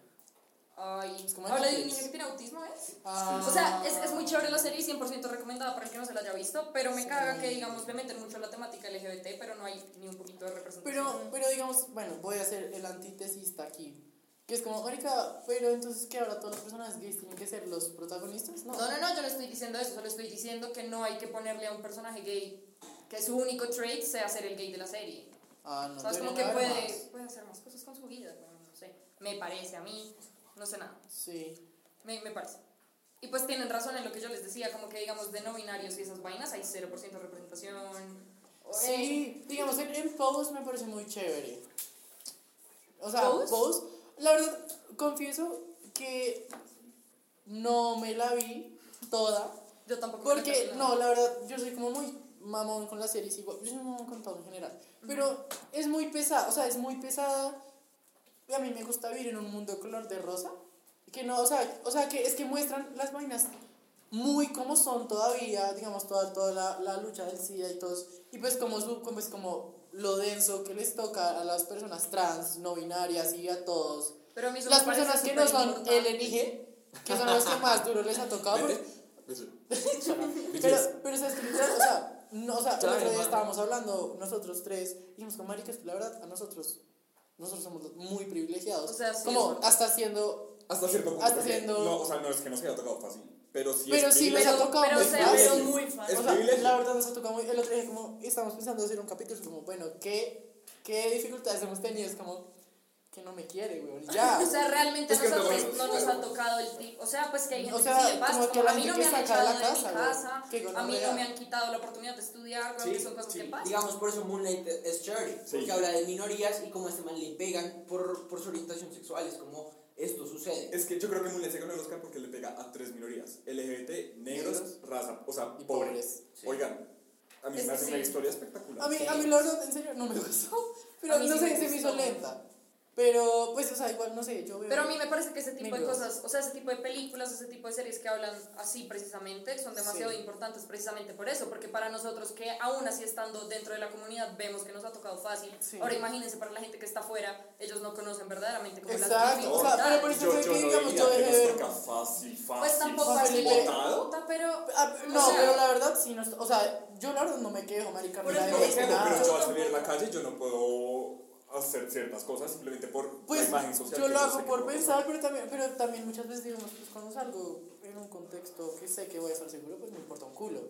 [SPEAKER 3] Ay,
[SPEAKER 2] Es como
[SPEAKER 3] habla de un
[SPEAKER 2] Netflix.
[SPEAKER 3] niño que tiene autismo, ¿es?
[SPEAKER 2] Ah.
[SPEAKER 3] O sea, es, es muy chévere la serie y 100% recomendada para el que no se la haya visto, pero me caga que, digamos, le meten mucho la temática LGBT, pero no hay ni un poquito de representación.
[SPEAKER 2] Pero, pero digamos, bueno, voy a hacer el antitesista aquí. Que es como, Marica, pero entonces, ¿qué ahora todas las personas gays tienen que ser los protagonistas? No.
[SPEAKER 3] No, no, no, yo no estoy diciendo eso, solo estoy diciendo que no hay que ponerle a un personaje gay que su único trait sea ser el gay de la serie.
[SPEAKER 2] Ah, no.
[SPEAKER 3] O sea, es como que
[SPEAKER 2] deberían haber
[SPEAKER 3] puede, puede hacer más cosas con su vida, bueno, no sé. Me parece a mí, no sé nada.
[SPEAKER 2] más. Sí.
[SPEAKER 3] Me, me parece. Y pues tienen razón en lo que yo les decía, como que digamos de no binarios y esas vainas hay 0% representación. O, eh,
[SPEAKER 2] Sí, digamos, en, en Pose me parece muy chévere. O sea,
[SPEAKER 3] ¿Pose?
[SPEAKER 2] Pose, la verdad, confieso que no me la vi toda.
[SPEAKER 3] yo tampoco. me
[SPEAKER 2] Porque,
[SPEAKER 3] acuerdo.
[SPEAKER 2] no, la verdad, yo soy como muy mamón con las series, igual, yo soy mamón con todo en general, pero es muy pesada, o sea, es muy pesada, y a mí me gusta vivir en un mundo color de rosa, que no, o sea, o sea, que es que muestran las vainas muy como son todavía, digamos, toda, toda la, la lucha del SIDA y todos, y pues como, su, como es como lo denso que les toca a las personas trans, no binarias y a todos,
[SPEAKER 3] Pero a mí eso
[SPEAKER 2] las
[SPEAKER 3] me parece
[SPEAKER 2] personas que no son
[SPEAKER 3] superimportante.
[SPEAKER 2] LNG, que son las que más duro les ha tocado, porque- pero, pero ¿sabes qué? Literal, o sea, no, o sea, el
[SPEAKER 4] Claro,
[SPEAKER 2] otro día
[SPEAKER 4] hermano.
[SPEAKER 2] estábamos hablando nosotros tres, y dijimos con maricas, la verdad, a nosotros, nosotros somos los muy privilegiados.
[SPEAKER 3] O sea, sí, es
[SPEAKER 2] Como
[SPEAKER 3] verdad.
[SPEAKER 2] hasta siendo,
[SPEAKER 4] Hasta cierto punto.
[SPEAKER 2] Hasta
[SPEAKER 4] porque
[SPEAKER 2] cierto-
[SPEAKER 4] No, o sea, no es que no se haya tocado fácil. Pero sí
[SPEAKER 2] pero
[SPEAKER 4] es
[SPEAKER 2] sí les
[SPEAKER 4] privilegio.
[SPEAKER 2] ha tocado
[SPEAKER 3] pero,
[SPEAKER 2] muy
[SPEAKER 3] o sea,
[SPEAKER 2] fácil.
[SPEAKER 6] Pero muy fácil.
[SPEAKER 4] Es
[SPEAKER 2] O sea,
[SPEAKER 4] privilegio.
[SPEAKER 2] la verdad nos ha tocado muy, el otro día como, estábamos pensando hacer un capítulo, como, bueno, ¿qué, qué dificultades hemos tenido? Es como, que no me quiere, güey, ya.
[SPEAKER 3] O sea, realmente
[SPEAKER 4] Es
[SPEAKER 3] a
[SPEAKER 4] que es lo
[SPEAKER 3] nosotros
[SPEAKER 4] bueno,
[SPEAKER 3] no nos
[SPEAKER 4] claro.
[SPEAKER 3] ha tocado el tipo. O sea, pues que hay gente
[SPEAKER 2] O sea,
[SPEAKER 3] que sí le pasa.
[SPEAKER 2] como que
[SPEAKER 3] como
[SPEAKER 2] la
[SPEAKER 3] a mí
[SPEAKER 2] gente
[SPEAKER 3] no
[SPEAKER 2] que
[SPEAKER 3] me han
[SPEAKER 2] saca de la
[SPEAKER 3] echado de mi
[SPEAKER 2] casa,
[SPEAKER 3] casa,
[SPEAKER 2] güey. Qué
[SPEAKER 3] a mí
[SPEAKER 2] gonorrea.
[SPEAKER 3] no me han quitado la oportunidad de estudiar, güey,
[SPEAKER 5] Sí,
[SPEAKER 3] que son cosas
[SPEAKER 5] sí.
[SPEAKER 3] que pasan.
[SPEAKER 5] Digamos, por eso Moonlight es chévere,
[SPEAKER 4] Sí.
[SPEAKER 5] porque habla de minorías y cómo a este man le pegan por, por su orientación sexual, es como esto sucede.
[SPEAKER 4] Es que yo creo que Moonlight se ganó el Oscar porque le pega a tres minorías: LGBT, negros,
[SPEAKER 2] Negros.
[SPEAKER 4] raza, o sea,
[SPEAKER 2] Y
[SPEAKER 4] pobres.
[SPEAKER 2] pobres,
[SPEAKER 5] sí.
[SPEAKER 4] Oigan, a mí
[SPEAKER 3] Es
[SPEAKER 4] se me
[SPEAKER 3] que
[SPEAKER 4] hace una
[SPEAKER 3] sí.
[SPEAKER 4] historia espectacular.
[SPEAKER 2] A mí, a mí la verdad, en serio, no me gustó, pero
[SPEAKER 3] A mí
[SPEAKER 2] no
[SPEAKER 3] sí
[SPEAKER 2] sé,
[SPEAKER 3] me
[SPEAKER 2] se me hizo
[SPEAKER 3] gustó.
[SPEAKER 2] lenta. Pero, pues, o sea, igual, no sé, yo veo...
[SPEAKER 3] Pero a mí me parece que ese tipo de
[SPEAKER 2] Negros.
[SPEAKER 3] cosas, o sea, ese tipo de películas, ese tipo de series que hablan así precisamente, son demasiado
[SPEAKER 2] Sí.
[SPEAKER 3] importantes precisamente por eso, porque para nosotros que aún así estando dentro de la comunidad vemos que nos ha tocado fácil,
[SPEAKER 2] Sí.
[SPEAKER 3] ahora imagínense para la gente que está afuera, ellos no conocen verdaderamente como las
[SPEAKER 2] Exacto, o sea, pero por eso
[SPEAKER 4] yo,
[SPEAKER 2] fue
[SPEAKER 4] yo
[SPEAKER 2] que,
[SPEAKER 4] no
[SPEAKER 2] digamos,
[SPEAKER 4] diría
[SPEAKER 2] yo
[SPEAKER 4] que
[SPEAKER 2] dejé de
[SPEAKER 4] nos
[SPEAKER 2] ver
[SPEAKER 4] toca fácil, fácil.
[SPEAKER 3] Pues tampoco
[SPEAKER 2] fácil,
[SPEAKER 3] así,
[SPEAKER 4] ¿votado?
[SPEAKER 3] puta, pero...
[SPEAKER 2] Ah, No,
[SPEAKER 3] O sea-
[SPEAKER 2] pero la verdad sí, no, o sea, yo la verdad no me quejo, marica,
[SPEAKER 6] Por
[SPEAKER 2] me la
[SPEAKER 6] eso
[SPEAKER 4] No
[SPEAKER 2] he
[SPEAKER 4] me
[SPEAKER 2] visto
[SPEAKER 4] quejo,
[SPEAKER 2] nada.
[SPEAKER 4] pero yo al salir a la calle yo no puedo hacer ciertas cosas simplemente por la
[SPEAKER 2] Pues
[SPEAKER 4] imagen social.
[SPEAKER 2] yo
[SPEAKER 4] que
[SPEAKER 2] lo
[SPEAKER 4] sé
[SPEAKER 2] hago
[SPEAKER 4] que
[SPEAKER 2] por
[SPEAKER 4] puedo
[SPEAKER 2] pensar, pero también, pero también muchas veces digamos, pues cuando salgo en un contexto que sé que voy a estar seguro, pues me importa un culo.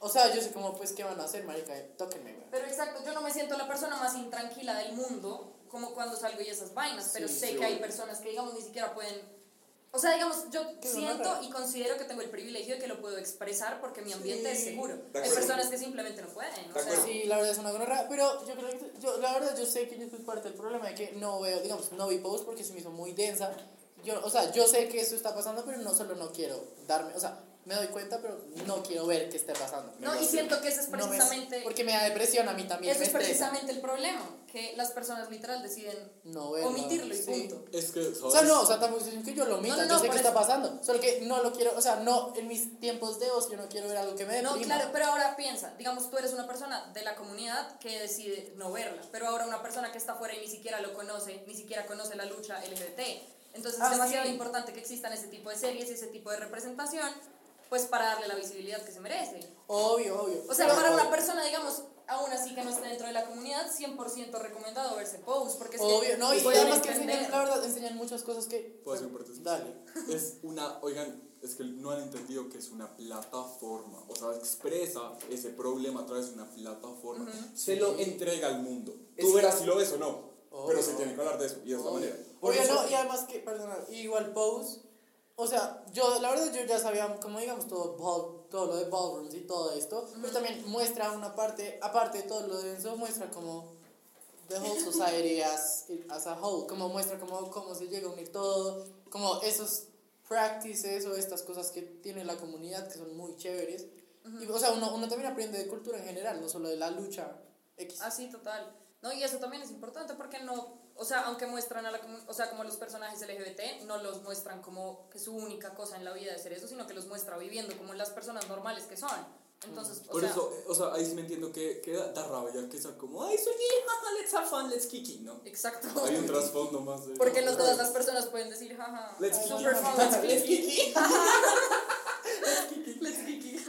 [SPEAKER 2] O sea, yo sé como, pues, ¿qué van a hacer, marica? Tóquenme, güey.
[SPEAKER 3] Pero exacto, yo no me siento la persona más intranquila del mundo como cuando salgo y esas vainas, pero
[SPEAKER 2] Sí,
[SPEAKER 3] sé
[SPEAKER 4] sí,
[SPEAKER 3] que hay
[SPEAKER 4] obvio.
[SPEAKER 3] personas que digamos ni siquiera pueden O sea, digamos, yo
[SPEAKER 2] Qué
[SPEAKER 3] siento
[SPEAKER 2] raro.
[SPEAKER 3] y considero que tengo el privilegio de que lo puedo expresar porque mi ambiente
[SPEAKER 6] Sí.
[SPEAKER 3] es seguro.
[SPEAKER 4] De
[SPEAKER 3] Hay
[SPEAKER 4] acuerdo.
[SPEAKER 3] personas que simplemente no pueden. O
[SPEAKER 4] De
[SPEAKER 3] sea,
[SPEAKER 4] acuerdo.
[SPEAKER 2] Sí, la verdad es una gonorrea, pero yo creo que, yo, la verdad yo sé que yo soy parte del problema de que no veo, digamos, no vi post porque se me hizo muy densa. Yo, o sea, yo sé que esto está pasando, pero no solo no quiero darme, o sea, me doy cuenta, pero no quiero ver que esté pasando.
[SPEAKER 3] no, y siento que ese es
[SPEAKER 2] No me-
[SPEAKER 3] precisamente,
[SPEAKER 2] porque me da depresión a mí también.
[SPEAKER 3] ese
[SPEAKER 2] me
[SPEAKER 3] es
[SPEAKER 2] estresa.
[SPEAKER 3] precisamente el problema, que las personas literal deciden
[SPEAKER 2] no verlo,
[SPEAKER 3] omitirlo y
[SPEAKER 2] sí.
[SPEAKER 3] punto.
[SPEAKER 4] Es que, ¿sabes?
[SPEAKER 2] O sea, no, o sea, tampoco es que yo lo omita,
[SPEAKER 3] No, no,
[SPEAKER 2] yo
[SPEAKER 3] no,
[SPEAKER 2] sé
[SPEAKER 3] por
[SPEAKER 2] que está
[SPEAKER 3] eso.
[SPEAKER 2] pasando. Solo que no lo quiero, o sea, no en mis tiempos de ocio, no quiero ver algo que me
[SPEAKER 3] No,
[SPEAKER 2] deprima.
[SPEAKER 3] claro, pero ahora piensa, digamos, tú eres una persona de la comunidad que decide no verla, pero ahora una persona que está afuera y ni siquiera lo conoce, ni siquiera conoce la lucha LGBT. Entonces
[SPEAKER 2] Ah,
[SPEAKER 3] es demasiado
[SPEAKER 2] sí.
[SPEAKER 3] importante que existan ese tipo de series y ese tipo de representación, pues para darle la visibilidad que se merece.
[SPEAKER 2] Obvio, obvio.
[SPEAKER 3] O sea,
[SPEAKER 2] Pero-
[SPEAKER 3] para una persona, digamos, aún así que no esté dentro de la comunidad, 100% recomendado verse post, porque es que
[SPEAKER 2] Obvio, no, y pues,
[SPEAKER 3] pueden
[SPEAKER 2] además que
[SPEAKER 3] entender.
[SPEAKER 2] enseñan, la verdad, enseñan muchas cosas que... pues,
[SPEAKER 4] ¿Puedo hacer un paréntesis?
[SPEAKER 2] Dale.
[SPEAKER 4] Es una, oigan, es que no han entendido que es una plataforma. O sea, expresa ese problema a través de una plataforma. Se lo entrega al mundo.
[SPEAKER 5] Es-
[SPEAKER 4] Tú verás si lo ves o no.
[SPEAKER 2] Oh.
[SPEAKER 4] pero se tiene que hablar de eso y de esta
[SPEAKER 2] Obvio.
[SPEAKER 4] manera.
[SPEAKER 2] Obvio, no, y además que, perdona, igual Pose, o sea, yo, la verdad, yo ya sabía, como digamos, todo, ball- todo lo de ballrooms y todo esto, pero también muestra una parte, aparte de todo lo de eso, muestra como the whole society as, as a whole, como muestra como cómo se llega a unir todo, como esos practices o estas cosas que tiene la comunidad que son muy chéveres. Y, o sea, uno, uno también aprende de cultura en general, no solo de la lucha X.
[SPEAKER 3] Así, Ah, total. No, y eso también es importante porque no, o sea, aunque muestran a la comu- o sea, como los personajes LGBT, no los muestran como que su única cosa en la vida es ser eso, sino que los muestra viviendo como las personas normales que son. Entonces, o
[SPEAKER 4] Por
[SPEAKER 3] sea,
[SPEAKER 4] eso, eh, o sea, ahí sí me entiendo que, que da, da rabia, que sea como, ay, soy gay, jaja, let's have fun, let's kiki, ¿no?
[SPEAKER 3] exacto.
[SPEAKER 4] Hay un trasfondo más de...
[SPEAKER 3] Porque no todas las personas pueden decir, jaja,
[SPEAKER 4] Let's
[SPEAKER 3] super
[SPEAKER 4] kiki.
[SPEAKER 3] fun, let's kiki. Let's kiki.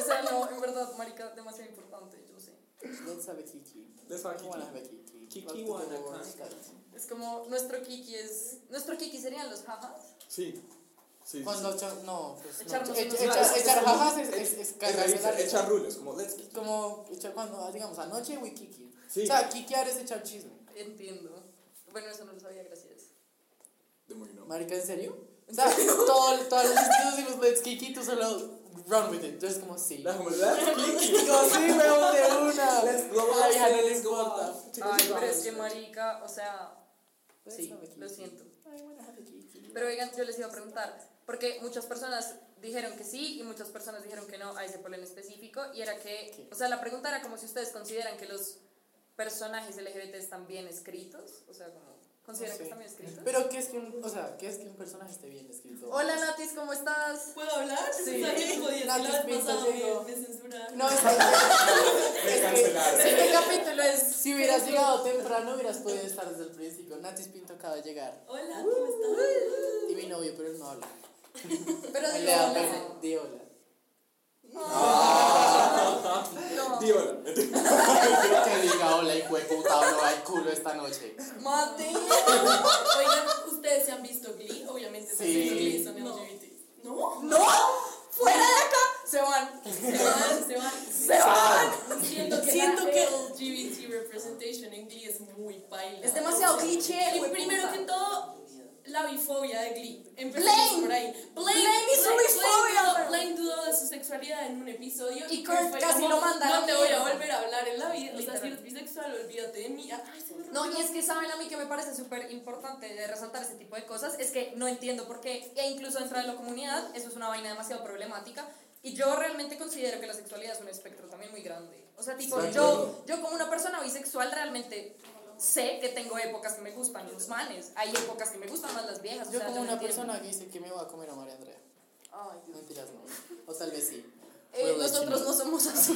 [SPEAKER 3] O sea, no, en verdad, marica, demasiado importante, yo sé.
[SPEAKER 2] Let's have a kiki.
[SPEAKER 4] Let's have a
[SPEAKER 2] I wanna
[SPEAKER 4] kiki.
[SPEAKER 2] have a kiki. Lock the
[SPEAKER 4] Kiki wanna
[SPEAKER 2] doors,
[SPEAKER 4] come.
[SPEAKER 2] guys.
[SPEAKER 3] Es como, nuestro kiki es, nuestro kiki serían los jajas.
[SPEAKER 4] Sí, sí. sí.
[SPEAKER 2] Cuando echa- no, pues no.
[SPEAKER 3] Echarnos
[SPEAKER 2] Echa-
[SPEAKER 3] unos
[SPEAKER 2] echa-
[SPEAKER 3] lados.
[SPEAKER 2] echar jajas es, es, es,
[SPEAKER 4] Es
[SPEAKER 2] cagarse la
[SPEAKER 4] reírse,
[SPEAKER 2] risa.
[SPEAKER 4] echar rulos, como, let's
[SPEAKER 2] Es como echar cuando, ah, digamos, anoche we kiki.
[SPEAKER 4] Sí.
[SPEAKER 2] O sea, kikiar es echar chisme.
[SPEAKER 3] Entiendo. Bueno, eso no lo sabía, gracias.
[SPEAKER 4] De muy no.
[SPEAKER 2] Marica, ¿en serio? O sea, todo, todos los estudios decimos let's kiki, tú solo run with it. Tú eres como sí.
[SPEAKER 4] Era como, let's kiki.
[SPEAKER 2] Digo, sí, me de una.
[SPEAKER 5] Let's go
[SPEAKER 2] Ay,
[SPEAKER 5] out,
[SPEAKER 2] ya no
[SPEAKER 5] let's
[SPEAKER 2] les
[SPEAKER 5] go
[SPEAKER 2] importa.
[SPEAKER 5] out.
[SPEAKER 3] Ay, pero es que marica, o sea,
[SPEAKER 2] Let's
[SPEAKER 3] sí,
[SPEAKER 2] have a kiki.
[SPEAKER 3] lo siento.
[SPEAKER 2] I wanna have a kiki.
[SPEAKER 3] Pero oigan, yo les iba a preguntar, porque muchas personas dijeron que sí y muchas personas dijeron que no a ese problema específico, y era que,
[SPEAKER 2] ¿Qué?
[SPEAKER 3] o sea, la pregunta era como si ustedes consideran que los personajes LGBT están bien escritos, o sea, como,
[SPEAKER 2] No
[SPEAKER 3] ¿consideran
[SPEAKER 2] sé.
[SPEAKER 3] que están bien escritos?
[SPEAKER 2] Pero qué es que un, o sea, qué es que un personaje esté bien escrito.
[SPEAKER 3] Hola Natis, ¿cómo estás?
[SPEAKER 6] ¿Puedo hablar?
[SPEAKER 3] Sí.
[SPEAKER 6] Está bien jodido,
[SPEAKER 2] Nati
[SPEAKER 6] la vez
[SPEAKER 2] Pinto
[SPEAKER 6] pasada
[SPEAKER 2] llegó.
[SPEAKER 6] me, me censuraron.
[SPEAKER 2] No, es que-
[SPEAKER 4] Me
[SPEAKER 2] es que-
[SPEAKER 4] cancelaron.
[SPEAKER 3] Este capítulo es...
[SPEAKER 2] Si hubieras llegado temprano, hubieras podido estar desde el principio. Natis Pinto acaba de llegar.
[SPEAKER 6] Hola, ¿cómo estás?
[SPEAKER 2] Y mi novio, pero él no habla.
[SPEAKER 3] Pero
[SPEAKER 2] Él
[SPEAKER 3] digo,
[SPEAKER 2] le da pena.
[SPEAKER 3] no,
[SPEAKER 2] Di hola.
[SPEAKER 3] no,
[SPEAKER 4] Di hola. Mentira.
[SPEAKER 2] Que diga hola, hijo de puta, o no hay culo esta noche.
[SPEAKER 3] mate.
[SPEAKER 6] Oigan, ¿ustedes se han visto Glee? Obviamente se han
[SPEAKER 2] Sí.
[SPEAKER 6] visto Glee, son
[SPEAKER 3] No.
[SPEAKER 6] LGBT. ¿No?
[SPEAKER 3] ¡No! ¡Fuera de acá! Se van.
[SPEAKER 6] Se van, se van.
[SPEAKER 3] ¡Se van!
[SPEAKER 6] Siento que,
[SPEAKER 3] Siento
[SPEAKER 6] la
[SPEAKER 3] que-
[SPEAKER 6] LGBT representation en Glee es muy paila.
[SPEAKER 3] Es demasiado cliché,
[SPEAKER 6] Y
[SPEAKER 3] güey,
[SPEAKER 6] primero
[SPEAKER 3] puta.
[SPEAKER 6] que todo, la bifobia de Glee.
[SPEAKER 3] Blaine.
[SPEAKER 6] Empezamos por ahí.
[SPEAKER 3] Blaine hizo bifobia,
[SPEAKER 6] Blaine dudó-
[SPEAKER 3] güey.
[SPEAKER 6] Blaine dudó de su sexualidad en un episodio.
[SPEAKER 3] Y
[SPEAKER 6] Kurt
[SPEAKER 3] Kurt casi lo manda a la
[SPEAKER 6] No te voy a
[SPEAKER 3] mierda".
[SPEAKER 6] volver a hablar en la vida. O sea,
[SPEAKER 3] Literal.
[SPEAKER 6] si eres bisexual, olvídate de mí. Ay, se me
[SPEAKER 3] No,
[SPEAKER 6] rompió.
[SPEAKER 3] y es que saben a mí que me parece súper importante de resaltar ese tipo de cosas, es que no entiendo por qué, e incluso dentro de la comunidad, eso es una vaina demasiado problemática, y yo realmente considero que la sexualidad es un espectro también muy grande. O sea, tipo,
[SPEAKER 4] Estoy de
[SPEAKER 3] yo,
[SPEAKER 4] acuerdo.
[SPEAKER 3] yo como una persona bisexual realmente sé que tengo épocas que me gustan los manes, hay épocas que me gustan más las viejas. o
[SPEAKER 2] Yo
[SPEAKER 3] sea,
[SPEAKER 2] como
[SPEAKER 3] no
[SPEAKER 2] una
[SPEAKER 3] entiendo.
[SPEAKER 2] persona que dice que me voy a comer a María Andrea.
[SPEAKER 3] Ay, Dios.
[SPEAKER 2] Mentiras no. O tal vez sí.
[SPEAKER 3] Eh,
[SPEAKER 2] Huevo de
[SPEAKER 3] nosotros no
[SPEAKER 2] chino.
[SPEAKER 3] somos así.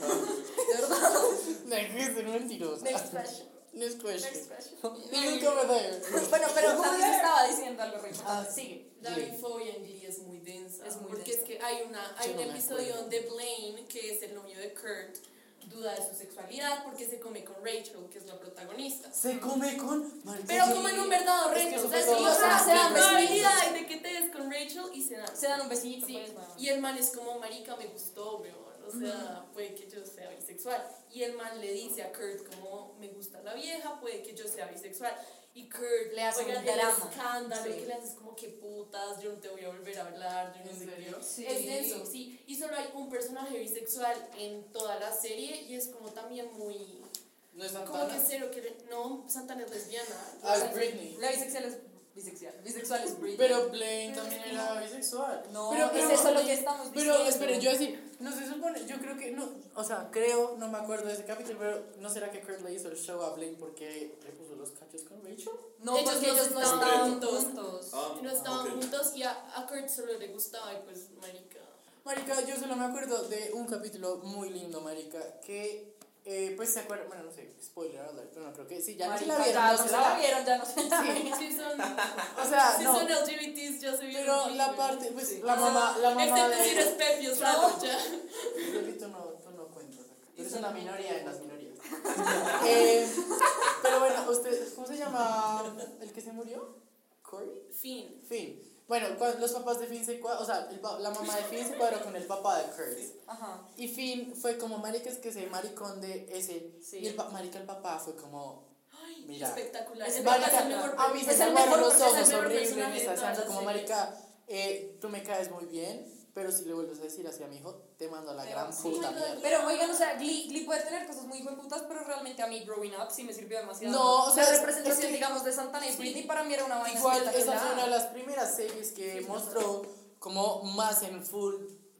[SPEAKER 3] de verdad.
[SPEAKER 2] Me dijiste mentirosa.
[SPEAKER 3] Next question.
[SPEAKER 2] Next
[SPEAKER 3] Next
[SPEAKER 2] question.
[SPEAKER 3] question.
[SPEAKER 2] Look over there.
[SPEAKER 3] Bueno, pero Tati estaba diciendo algo re importante.
[SPEAKER 2] Ah,
[SPEAKER 3] Sigue.
[SPEAKER 6] La
[SPEAKER 2] Sí.
[SPEAKER 6] bifobia en Glee es muy densa.
[SPEAKER 3] Es muy
[SPEAKER 6] porque
[SPEAKER 3] densa.
[SPEAKER 6] es que hay, una, hay
[SPEAKER 2] Yo
[SPEAKER 6] un
[SPEAKER 2] no me
[SPEAKER 6] episodio
[SPEAKER 2] acuerdo.
[SPEAKER 6] donde Blaine, que es el novio de Kurt, duda de su sexualidad porque se come con Rachel, que es la protagonista.
[SPEAKER 2] Se come con Marica,
[SPEAKER 6] Pero
[SPEAKER 2] yo-
[SPEAKER 6] como en un verdadero
[SPEAKER 2] Es que
[SPEAKER 6] reto,
[SPEAKER 2] eso
[SPEAKER 6] o sea, sí,
[SPEAKER 2] fue todo
[SPEAKER 6] o sea,
[SPEAKER 2] bastante
[SPEAKER 6] se dan
[SPEAKER 2] bien.
[SPEAKER 6] probabilidad de que te des con Rachel y se dan.
[SPEAKER 3] Se dan un besito,
[SPEAKER 6] Sí,
[SPEAKER 3] pues, weón.
[SPEAKER 6] Y el man es como, marica, me gustó, weón. O sea, puede que yo sea bisexual. Y el man le dice a Kurt como, me gusta la vieja, puede que yo sea bisexual.
[SPEAKER 7] y Kurt
[SPEAKER 3] Le hace
[SPEAKER 7] oigan,
[SPEAKER 3] un
[SPEAKER 7] el
[SPEAKER 3] drama.
[SPEAKER 7] escándalo
[SPEAKER 3] Sí.
[SPEAKER 7] que le haces como que putas, yo no te voy a volver a hablar, yo no
[SPEAKER 6] ¿En
[SPEAKER 7] sé
[SPEAKER 6] serio?
[SPEAKER 7] qué.
[SPEAKER 3] Sí.
[SPEAKER 7] Es denso, sí. Y solo hay un personaje bisexual en toda la serie y es como también muy.
[SPEAKER 2] No es
[SPEAKER 7] Como que
[SPEAKER 2] Santana.
[SPEAKER 7] cero que. le- No, Santana es lesbiana.
[SPEAKER 2] Ah, es Britney.
[SPEAKER 3] La bisexual es bisexual. Bisexual es Britney.
[SPEAKER 2] Pero Blaine también era bisexual.
[SPEAKER 3] no,
[SPEAKER 2] pero, pero,
[SPEAKER 3] es eso lo que estamos
[SPEAKER 2] Pero
[SPEAKER 3] diciendo.
[SPEAKER 2] espere, yo decir, no se supone, yo creo que no, o sea, creo, no me acuerdo de ese capítulo, pero ¿no será que Kurt le hizo el show a Blaine porque le puso los cachos con Rachel?
[SPEAKER 3] No,
[SPEAKER 7] Ellos
[SPEAKER 3] porque
[SPEAKER 7] no
[SPEAKER 3] ellos no
[SPEAKER 7] estaban
[SPEAKER 3] estaban
[SPEAKER 7] juntos.
[SPEAKER 3] juntos.
[SPEAKER 4] Ah,
[SPEAKER 7] No estaban
[SPEAKER 4] ok.
[SPEAKER 7] juntos y a, a Kurt solo le gustaba y pues, marica.
[SPEAKER 2] Marica, yo solo me acuerdo de un capítulo muy lindo, Marica, que, eh, pues se acuerdan, bueno, no sé, spoiler alert, pero no creo que, sí, ya no se la
[SPEAKER 3] Marica,
[SPEAKER 2] vieron,
[SPEAKER 3] ya
[SPEAKER 2] no se la-
[SPEAKER 3] vieron, ya no se la vieron.
[SPEAKER 7] Sí, son,
[SPEAKER 2] O sea, Ah,
[SPEAKER 7] sí
[SPEAKER 2] no,
[SPEAKER 7] son LGBTs, ya se vieron. Este
[SPEAKER 2] pero la
[SPEAKER 7] libres.
[SPEAKER 2] parte, pues,
[SPEAKER 3] Sí.
[SPEAKER 2] la mamá, la mamá
[SPEAKER 7] Excepto si eres
[SPEAKER 2] de...
[SPEAKER 7] Pepe, o sea,
[SPEAKER 2] Claro.
[SPEAKER 7] ya.
[SPEAKER 2] Repito, no, tú no cuentas acá, tú eres una minoría en las minorías. Eh, pero bueno, usted, ¿cómo se llama el que se murió? ¿Corey?
[SPEAKER 7] Fin.
[SPEAKER 2] Finn. Bueno, cuando los papás de Finn se cuadró, o sea, el pa- la mamá de Finn se cuadró con el papá de Kurt.
[SPEAKER 3] Ajá.
[SPEAKER 2] Y Finn fue como, marica, es que ese maricón de ese.
[SPEAKER 3] Sí.
[SPEAKER 2] Y el pa- marica, el papá fue como,
[SPEAKER 7] Ay,
[SPEAKER 2] Mira.
[SPEAKER 7] espectacular.
[SPEAKER 2] "Es
[SPEAKER 7] Ese papá
[SPEAKER 2] marica,
[SPEAKER 7] es el mejor
[SPEAKER 2] a mí
[SPEAKER 7] pe-
[SPEAKER 2] se
[SPEAKER 7] es el
[SPEAKER 2] salvaron
[SPEAKER 7] mejor-
[SPEAKER 2] los
[SPEAKER 7] es el
[SPEAKER 2] ojos
[SPEAKER 7] mejor
[SPEAKER 2] horribles,
[SPEAKER 7] personaje
[SPEAKER 2] me
[SPEAKER 7] de
[SPEAKER 2] está
[SPEAKER 7] toda la
[SPEAKER 2] haciendo como,
[SPEAKER 7] serie.
[SPEAKER 2] marica, eh, tú me caes muy bien, pero si le vuelves a decir así a mi hijo, te mando a la
[SPEAKER 3] Te
[SPEAKER 2] gran
[SPEAKER 3] vas- sí,
[SPEAKER 2] puta
[SPEAKER 7] my God.
[SPEAKER 2] mierda.
[SPEAKER 3] Pero oigan, o sea, Glee, Glee puede tener cosas muy putas, pero realmente a mí Growing Up sí me sirvió demasiado.
[SPEAKER 2] No, o sea,
[SPEAKER 3] la
[SPEAKER 2] es-
[SPEAKER 3] representación,
[SPEAKER 2] es que-
[SPEAKER 3] digamos, de Santana y Britney para mí era una vaina
[SPEAKER 2] Igual, esa
[SPEAKER 3] espectacular.
[SPEAKER 2] fue una de las primeras series que mostró como más en full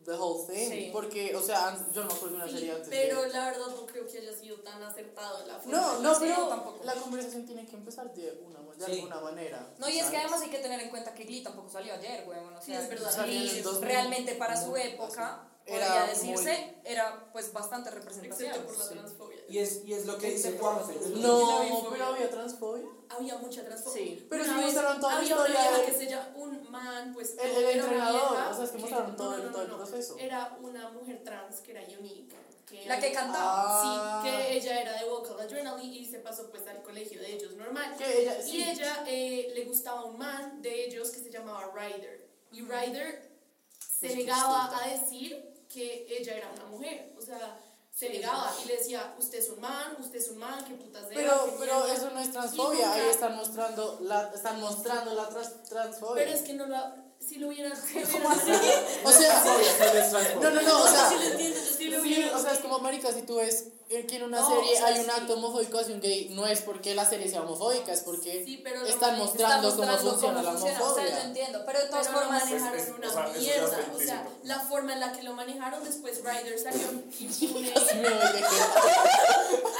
[SPEAKER 2] the whole thing.
[SPEAKER 3] Sí.
[SPEAKER 2] Porque, o sea, an- yo no acuerdo de una serie antes. de-
[SPEAKER 7] Pero la verdad no creo que haya sido tan acertado la forma.
[SPEAKER 2] No, no,
[SPEAKER 3] Sí,
[SPEAKER 2] pero
[SPEAKER 3] yo tampoco.
[SPEAKER 2] la conversación tiene que empezar de, una, de
[SPEAKER 5] Sí.
[SPEAKER 2] alguna manera.
[SPEAKER 3] No, y es que
[SPEAKER 2] ¿sabes?
[SPEAKER 3] además hay que tener en cuenta que Glee tampoco salió ayer, güey. O sea,
[SPEAKER 7] Sí, es verdad.
[SPEAKER 2] Salió en el
[SPEAKER 3] Glee
[SPEAKER 2] 2000,
[SPEAKER 3] realmente para su
[SPEAKER 2] muy-
[SPEAKER 3] época,
[SPEAKER 2] Era
[SPEAKER 3] podría
[SPEAKER 2] muy-
[SPEAKER 3] decirse, era pues bastante representación.
[SPEAKER 7] Excepto por la
[SPEAKER 3] Sí.
[SPEAKER 7] transfobia.
[SPEAKER 5] Y es, y es lo que dice
[SPEAKER 3] Excepto
[SPEAKER 5] Juanfe.
[SPEAKER 3] por-
[SPEAKER 7] la
[SPEAKER 2] No,
[SPEAKER 7] bifobia.
[SPEAKER 2] pero había transfobia.
[SPEAKER 7] Había mucha transfobia.
[SPEAKER 3] Sí.
[SPEAKER 2] Pero
[SPEAKER 7] Una
[SPEAKER 2] sí
[SPEAKER 7] vez
[SPEAKER 2] mostraron toda la
[SPEAKER 7] había una
[SPEAKER 2] historia
[SPEAKER 7] vieja
[SPEAKER 2] de-
[SPEAKER 7] que se llama un man, pues.
[SPEAKER 2] El-
[SPEAKER 7] no,
[SPEAKER 2] el
[SPEAKER 7] era una
[SPEAKER 2] entrenador,
[SPEAKER 7] vieja
[SPEAKER 2] o sea, es que mostraron todo el- todo el proceso.
[SPEAKER 7] Era una mujer trans que era unique. Que
[SPEAKER 3] La que cantaba.
[SPEAKER 2] Ah.
[SPEAKER 7] Sí, que ella era de Vocal Adrenaline y se pasó pues al colegio de ellos normal.
[SPEAKER 2] Que ella,
[SPEAKER 7] Y
[SPEAKER 2] sí.
[SPEAKER 7] ella eh, le gustaba un man de ellos que se llamaba Ryder. Y Ryder se
[SPEAKER 2] Es
[SPEAKER 7] negaba
[SPEAKER 2] Mm. Pues, distinta.
[SPEAKER 7] a decir que ella era una mujer. O sea,
[SPEAKER 3] Sí,
[SPEAKER 7] se
[SPEAKER 3] es
[SPEAKER 7] negaba y le decía, usted es un man, usted es un man, qué putas de
[SPEAKER 2] Pero, pero eso no es transfobia. Ahí están mostrando la, están mostrando la tras- transfobia.
[SPEAKER 7] Pero es que no lo. Si lo hubieran.
[SPEAKER 2] o sea, no, no, no, o sea.
[SPEAKER 7] si
[SPEAKER 2] sí,
[SPEAKER 7] lo hubieran.
[SPEAKER 2] o sea, es como marica, si tú ves eh, que en una
[SPEAKER 7] No,
[SPEAKER 2] serie
[SPEAKER 7] o sea,
[SPEAKER 2] hay un
[SPEAKER 7] sí.
[SPEAKER 2] acto homofóbico hacia un gay, no es porque la serie sea homofóbica, es porque
[SPEAKER 7] Sí, pero lo
[SPEAKER 2] están
[SPEAKER 7] manejaron-
[SPEAKER 2] mostrando,
[SPEAKER 3] Está mostrando
[SPEAKER 2] cómo funciona la
[SPEAKER 3] O sea,
[SPEAKER 2] homofobia.
[SPEAKER 3] yo entiendo, pero de todas
[SPEAKER 7] Pero lo
[SPEAKER 3] formas...
[SPEAKER 7] manejaron
[SPEAKER 4] Es- es-
[SPEAKER 7] una
[SPEAKER 4] o sea, eso ya está
[SPEAKER 7] mierda. O
[SPEAKER 4] implícito.
[SPEAKER 7] sea, la forma en la que lo manejaron después Ryder salió impune.
[SPEAKER 2] Dios mío, oye, que-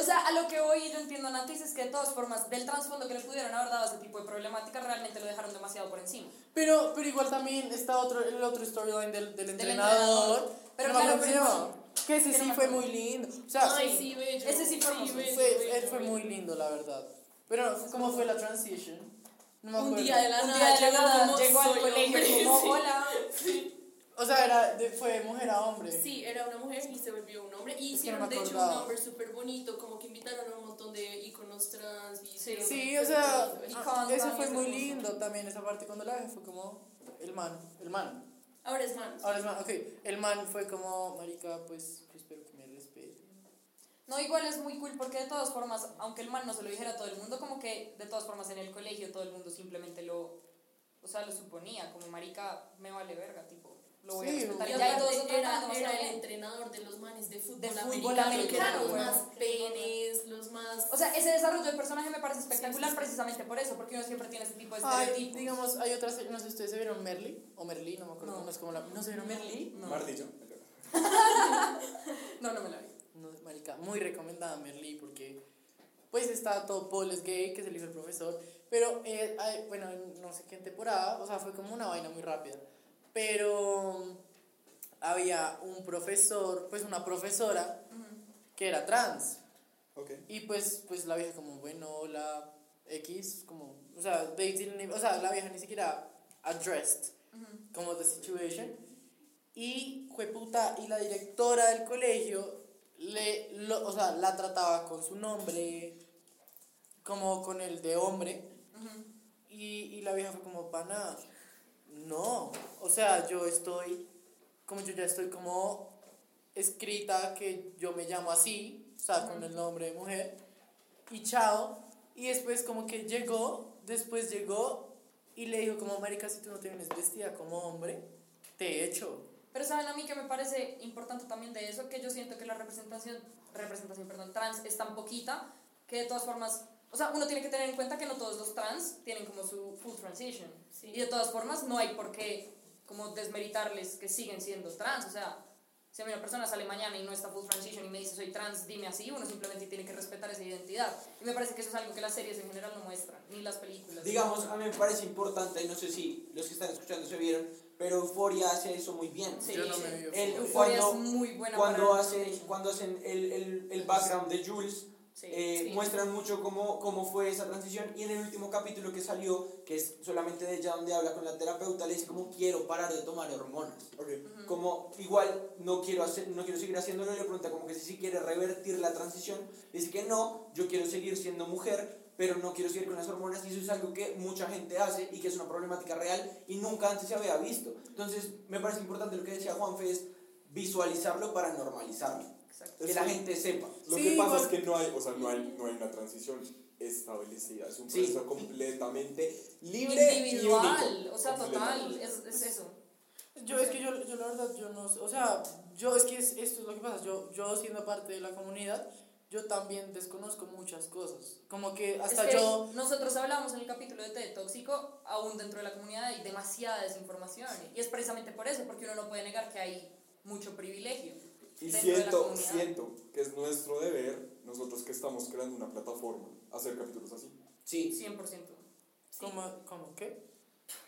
[SPEAKER 3] O sea, a lo que hoy yo entiendo, Natis, es que de todas formas, del trasfondo que le pudieron haber dado a ese tipo de problemática, realmente lo dejaron demasiado por encima.
[SPEAKER 2] Pero, pero igual también está otro, el otro storyline del, del
[SPEAKER 3] entrenador.
[SPEAKER 2] entrenador.
[SPEAKER 3] Pero
[SPEAKER 2] No me
[SPEAKER 3] claro,
[SPEAKER 2] acuerdo
[SPEAKER 3] pero
[SPEAKER 2] cómo se llama. Que ese
[SPEAKER 3] pero
[SPEAKER 2] sí
[SPEAKER 3] me
[SPEAKER 2] fue
[SPEAKER 3] acuerdo.
[SPEAKER 2] muy lindo. O sea,
[SPEAKER 7] Ay, sí, bello.
[SPEAKER 3] Ese sí fue hermoso.
[SPEAKER 7] bello,
[SPEAKER 2] fue, él
[SPEAKER 7] bello,
[SPEAKER 2] fue
[SPEAKER 7] bello.
[SPEAKER 2] muy lindo, la verdad. Pero, ¿cómo fue la transition? No me
[SPEAKER 7] Un
[SPEAKER 2] acuerdo.
[SPEAKER 7] día de la
[SPEAKER 3] Un
[SPEAKER 7] nada,
[SPEAKER 3] día de la
[SPEAKER 7] llegó
[SPEAKER 3] nada,
[SPEAKER 7] como,
[SPEAKER 3] llegó al
[SPEAKER 7] "Soy
[SPEAKER 3] colegio
[SPEAKER 7] hombre".
[SPEAKER 3] como,
[SPEAKER 7] Sí.
[SPEAKER 3] hola.
[SPEAKER 2] O sea, era de- fue mujer a hombre.
[SPEAKER 7] Sí, era una mujer y se volvió un hombre. Y
[SPEAKER 2] Es que no me
[SPEAKER 7] hicieron, de hecho, un
[SPEAKER 2] acordaba.
[SPEAKER 7] nombre súper bonito. Como que invitaron a un montón de iconos trans. Y hicieron-
[SPEAKER 2] Sí, o sea,
[SPEAKER 3] Y
[SPEAKER 2] ah,
[SPEAKER 3] con-
[SPEAKER 2] eso
[SPEAKER 3] con
[SPEAKER 2] fue
[SPEAKER 3] ese
[SPEAKER 2] muy
[SPEAKER 3] hermoso.
[SPEAKER 2] lindo también, esa parte cuando la vi fue como, el man, el man.
[SPEAKER 7] Ahora es man.
[SPEAKER 2] Ahora es man, ok, el man fue como, marica, pues, yo espero que me respete.
[SPEAKER 3] No, igual es muy cool porque de todas formas, aunque el man no se lo dijera a todo el mundo, como que de todas formas en el colegio todo el mundo simplemente lo, o sea, lo suponía, como marica, me vale verga, tipo, lo voy a
[SPEAKER 2] Sí,
[SPEAKER 3] respetar.
[SPEAKER 7] Y
[SPEAKER 3] Y ya y
[SPEAKER 7] aparte
[SPEAKER 3] todos lo trataban
[SPEAKER 7] era,
[SPEAKER 3] demasiado
[SPEAKER 7] era el
[SPEAKER 3] bien.
[SPEAKER 7] entrenador de los manes de fútbol,
[SPEAKER 3] De fútbol
[SPEAKER 7] americano,
[SPEAKER 3] americano,
[SPEAKER 7] que eran los
[SPEAKER 3] güey.
[SPEAKER 7] más penes, los más...
[SPEAKER 3] O sea, ese desarrollo de personaje me parece espectacular precisamente por eso, porque uno siempre tiene ese tipo de
[SPEAKER 2] Ay,
[SPEAKER 3] estereotipos.
[SPEAKER 2] digamos, hay otras, no sé, ustedes se vieron Merly, o Merlí, no me acuerdo
[SPEAKER 3] No.
[SPEAKER 2] cómo es como la, no se vieron Merlí.
[SPEAKER 3] No.
[SPEAKER 4] Martillo.
[SPEAKER 3] No, no me la vi.
[SPEAKER 2] No, marica, muy recomendada Merlí porque pues está todo Paul es gay que se le hizo el profesor, pero eh, hay- bueno, en no sé qué temporada, o sea, fue como una vaina muy rápida, pero mm, había un profesor, pues una profesora que era trans
[SPEAKER 4] Ok.
[SPEAKER 2] y pues pues la vieja como bueno, hola X, como, o sea, they didn't even- o sea, la vieja ni siquiera addressed como the situation y fue puta y la directora del colegio le lo- o sea, la trataba con su nombre como con el de hombre y, y la vieja fue como pana no o sea yo estoy como yo ya estoy como escrita que yo me llamo así o sea con el nombre de mujer y chao Y después como que llegó, después llegó y le dijo como, marica, si tú no te vienes vestida como hombre, te echo.
[SPEAKER 3] Pero saben a mí que me parece importante también de eso, que yo siento que la representación, representación perdón, trans es tan poquita que de todas formas, o sea, uno tiene que tener en cuenta que no todos los trans tienen como su full transition.
[SPEAKER 7] Sí.
[SPEAKER 3] Y de todas formas no hay por qué como desmeritarles que siguen siendo trans. O sea, si a mí una persona sale mañana y no está full transition y me dice soy trans, dime así, uno simplemente tiene que respetar esa identidad. Y me parece que eso es algo que las series en general no muestran, ni las películas.
[SPEAKER 5] Digamos, a mí me parece importante, no sé si los que están escuchando se vieron, pero Euforia hace eso muy bien.
[SPEAKER 3] Sí,
[SPEAKER 2] Yo no
[SPEAKER 3] sí.
[SPEAKER 2] me vi
[SPEAKER 5] El-
[SPEAKER 2] Euphoria.
[SPEAKER 3] Euphoria es
[SPEAKER 5] cuando-
[SPEAKER 3] muy buena
[SPEAKER 5] Cuando
[SPEAKER 3] para-
[SPEAKER 5] hacen, cuando hacen el, el, el background de Jules,
[SPEAKER 3] Sí,
[SPEAKER 5] eh,
[SPEAKER 3] sí.
[SPEAKER 5] muestran mucho cómo, cómo fue esa transición y en el último capítulo que salió, que es solamente de ella donde habla con la terapeuta, le dice como quiero parar de tomar hormonas. Como igual no quiero, hacer, no quiero seguir haciéndolo, le pregunta como que si sí quiere revertir la transición, le dice que no, yo quiero seguir siendo mujer, pero no quiero seguir con las hormonas y eso es algo que mucha gente hace y que es una problemática real y nunca antes se había visto. Entonces me parece importante lo que decía Juanfe es visualizarlo para normalizarlo,
[SPEAKER 3] Exacto.
[SPEAKER 5] que la gente sepa.
[SPEAKER 4] Lo
[SPEAKER 2] Sí,
[SPEAKER 4] que pasa
[SPEAKER 2] igual-
[SPEAKER 4] es que no hay, o sea, no hay, no hay una transición establecida. Es un
[SPEAKER 5] Sí.
[SPEAKER 4] proceso completamente libre y
[SPEAKER 3] individual,
[SPEAKER 4] único.
[SPEAKER 3] o sea, total,
[SPEAKER 4] Completamente.
[SPEAKER 3] es, es eso.
[SPEAKER 2] Yo es que yo, yo la verdad, yo no, sé, o sea, yo es que es- esto es lo que pasa, yo, yo siendo parte de la comunidad, yo también desconozco muchas cosas, como que hasta
[SPEAKER 3] Es que
[SPEAKER 2] yo...
[SPEAKER 3] Nosotros hablábamos en el capítulo de TED Tóxico, aún dentro de la comunidad hay demasiada desinformación. Y es precisamente por eso, porque uno no puede negar que hay mucho privilegio.
[SPEAKER 4] Y
[SPEAKER 3] dentro de la
[SPEAKER 4] siento,
[SPEAKER 3] comunidad.
[SPEAKER 4] siento que es nuestro deber, nosotros que estamos creando una plataforma, hacer capítulos así.
[SPEAKER 5] Sí,
[SPEAKER 3] 100%.
[SPEAKER 2] ¿Cómo, cómo qué?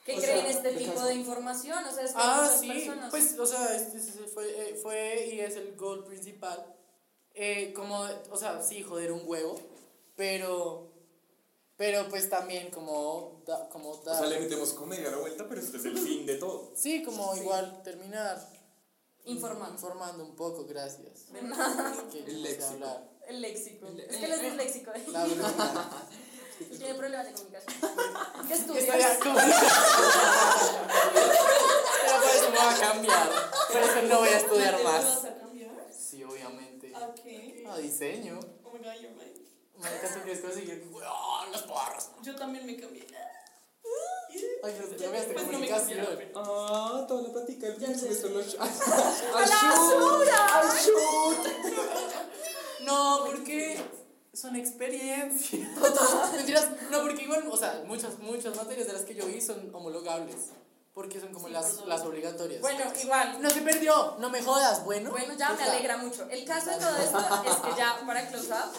[SPEAKER 3] Que
[SPEAKER 5] O
[SPEAKER 3] creen
[SPEAKER 5] sea,
[SPEAKER 3] este
[SPEAKER 5] me
[SPEAKER 3] tipo
[SPEAKER 5] canso.
[SPEAKER 3] de información, o sea, es que
[SPEAKER 2] Ah,
[SPEAKER 3] muchas
[SPEAKER 2] sí,
[SPEAKER 3] personas...
[SPEAKER 2] pues, o sea, este, este fue, eh, fue y es el goal principal. Eh, como, o sea, sí, joder un huevo, pero, pero pues también como, da- como
[SPEAKER 4] O
[SPEAKER 2] dar...
[SPEAKER 4] sea, le metemos comedia a la vuelta, pero este es el fin de todo.
[SPEAKER 2] sí, como igual terminar
[SPEAKER 3] Informando.
[SPEAKER 2] informando un poco, gracias.
[SPEAKER 3] De nada.
[SPEAKER 2] Que yo
[SPEAKER 4] El
[SPEAKER 2] no sé
[SPEAKER 4] léxico.
[SPEAKER 2] hablar.
[SPEAKER 3] El léxico.
[SPEAKER 5] El-
[SPEAKER 3] Es que él es disléxico.
[SPEAKER 2] La verdad.
[SPEAKER 3] Y tiene problemas de comunicación. ¿Qué
[SPEAKER 2] Estoy
[SPEAKER 3] estudias?
[SPEAKER 2] a- como- Pero por eso me va a cambiar. Por eso no voy a estudiar
[SPEAKER 6] ¿Te
[SPEAKER 2] más.
[SPEAKER 6] vas a cambiar?
[SPEAKER 2] Sí, obviamente.
[SPEAKER 6] Ok.
[SPEAKER 2] No, diseño.
[SPEAKER 6] Oh my god, you're right.
[SPEAKER 2] Marica, ¿tú quieres conseguir? ¡Ah, las porras!
[SPEAKER 6] Yo también me cambié.
[SPEAKER 2] Ay, pero tú cambiaste
[SPEAKER 6] Pues no me
[SPEAKER 2] comunicación.
[SPEAKER 6] cambiaron, pero-
[SPEAKER 4] Ah, toda la plática del
[SPEAKER 6] sé.
[SPEAKER 4] esto lo ¡Ay,
[SPEAKER 6] Pues
[SPEAKER 2] No, porque son experiencias. Mentiras, no, porque igual, o sea, muchas, muchas materias de las que yo vi son homologables. Porque son como
[SPEAKER 6] Sí, por
[SPEAKER 2] las,
[SPEAKER 6] favor.
[SPEAKER 2] las obligatorias.
[SPEAKER 3] Bueno, igual.
[SPEAKER 2] no se perdió, no me jodas, bueno.
[SPEAKER 3] Bueno, ya me
[SPEAKER 2] O sea,
[SPEAKER 3] alegra mucho. El caso de todo esto es que ya para close up,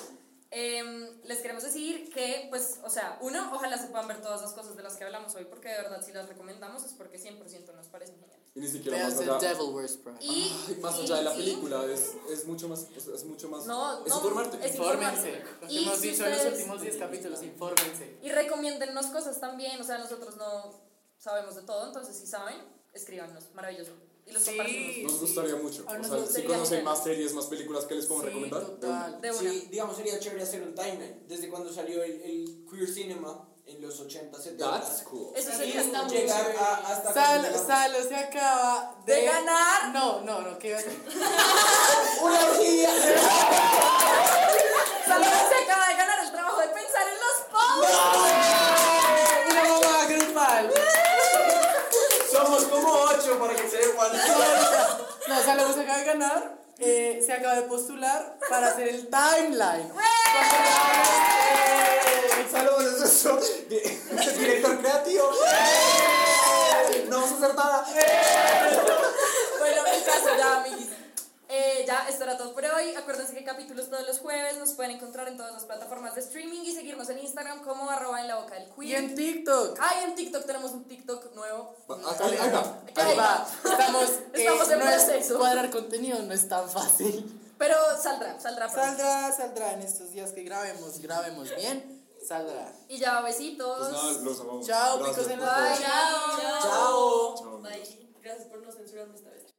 [SPEAKER 3] em, les queremos decir que, pues, o sea, uno, ojalá se puedan ver todas las cosas de las que hablamos hoy, porque de verdad si las recomendamos es porque 100% nos parecen geniales.
[SPEAKER 4] Y ni siquiera
[SPEAKER 2] Vean
[SPEAKER 4] más
[SPEAKER 2] The
[SPEAKER 4] allá.
[SPEAKER 2] Devil Wears Prada.
[SPEAKER 3] Y,
[SPEAKER 4] Ay, más
[SPEAKER 3] y
[SPEAKER 4] allá de la
[SPEAKER 3] sí,
[SPEAKER 4] película, es, es mucho más. o sea, Es mucho más.
[SPEAKER 3] No,
[SPEAKER 4] es
[SPEAKER 3] no,
[SPEAKER 4] informarte.
[SPEAKER 3] es-
[SPEAKER 2] Infórmense.
[SPEAKER 3] informarse.
[SPEAKER 2] Lo
[SPEAKER 3] Y
[SPEAKER 2] que hemos
[SPEAKER 3] si
[SPEAKER 2] dicho en los
[SPEAKER 3] ustedes-
[SPEAKER 2] últimos 10 capítulos, infórmense.
[SPEAKER 3] Y recomiéndennos cosas también, o sea, nosotros no sabemos de todo, entonces si saben, escríbanos, maravilloso. Y los
[SPEAKER 2] Sí.
[SPEAKER 3] compartimos.
[SPEAKER 4] Nos gustaría mucho.
[SPEAKER 2] A
[SPEAKER 4] O
[SPEAKER 2] nosotros
[SPEAKER 4] sea, si
[SPEAKER 3] sería
[SPEAKER 4] conocen
[SPEAKER 3] genial.
[SPEAKER 4] más series, más películas que les podemos
[SPEAKER 2] Sí,
[SPEAKER 4] recomendar, de una.
[SPEAKER 2] total.
[SPEAKER 3] De una.
[SPEAKER 5] Sí, digamos, sería chévere hacer un timeline. Desde cuando salió el, el queer cinema en los 80, 70.
[SPEAKER 4] That's cool.
[SPEAKER 3] Eso
[SPEAKER 5] Y
[SPEAKER 3] sería está muy
[SPEAKER 5] llegar
[SPEAKER 3] chévere.
[SPEAKER 5] a- hasta cuando
[SPEAKER 2] Salo,
[SPEAKER 5] llegamos.
[SPEAKER 2] Salo se acaba de...
[SPEAKER 3] ¿De ganar?
[SPEAKER 2] No, no, no, que iba a decir.
[SPEAKER 5] ¡Una orgía!
[SPEAKER 3] Salomé se acaba de ganar el trabajo de pensar en los posts.
[SPEAKER 2] ¡Una mamá grupal!
[SPEAKER 5] Somos como 8 para que sepan.
[SPEAKER 2] No, Salo se acaba de ganar. eh, se acaba de postular para hacer el timeline.
[SPEAKER 5] Saludos, eso es eso. Di- Director creativo. ¡Eh! No vamos a hacer nada.
[SPEAKER 3] Bueno, el caso ya, amiguis. Eh, ya, esto era todo por hoy. Acuérdense que hay capítulos todos los jueves nos pueden encontrar en todas las plataformas de streaming y seguirnos en Instagram como arroba en la boca del
[SPEAKER 2] Y
[SPEAKER 3] queer.
[SPEAKER 2] en TikTok.
[SPEAKER 3] Ah, y en TikTok tenemos un TikTok nuevo.
[SPEAKER 4] Va, ahí- ahí va.
[SPEAKER 2] Ahí va. Estamos, eh,
[SPEAKER 3] Estamos en
[SPEAKER 2] no es-
[SPEAKER 3] proceso.
[SPEAKER 2] Cuadrar contenido no es tan fácil.
[SPEAKER 3] Pero saldrá, saldrá. pronto.
[SPEAKER 2] Saldrá, saldrá en estos días que grabemos, grabemos bien, saldrá.
[SPEAKER 3] Y ya, besitos.
[SPEAKER 4] Pues nada, los amamos.
[SPEAKER 2] Chao,
[SPEAKER 4] Gracias
[SPEAKER 2] picos en
[SPEAKER 4] por
[SPEAKER 2] la-
[SPEAKER 4] todo.
[SPEAKER 3] Bye.
[SPEAKER 6] Chao.
[SPEAKER 4] Chao.
[SPEAKER 6] Bye. Gracias por no censurarme esta vez.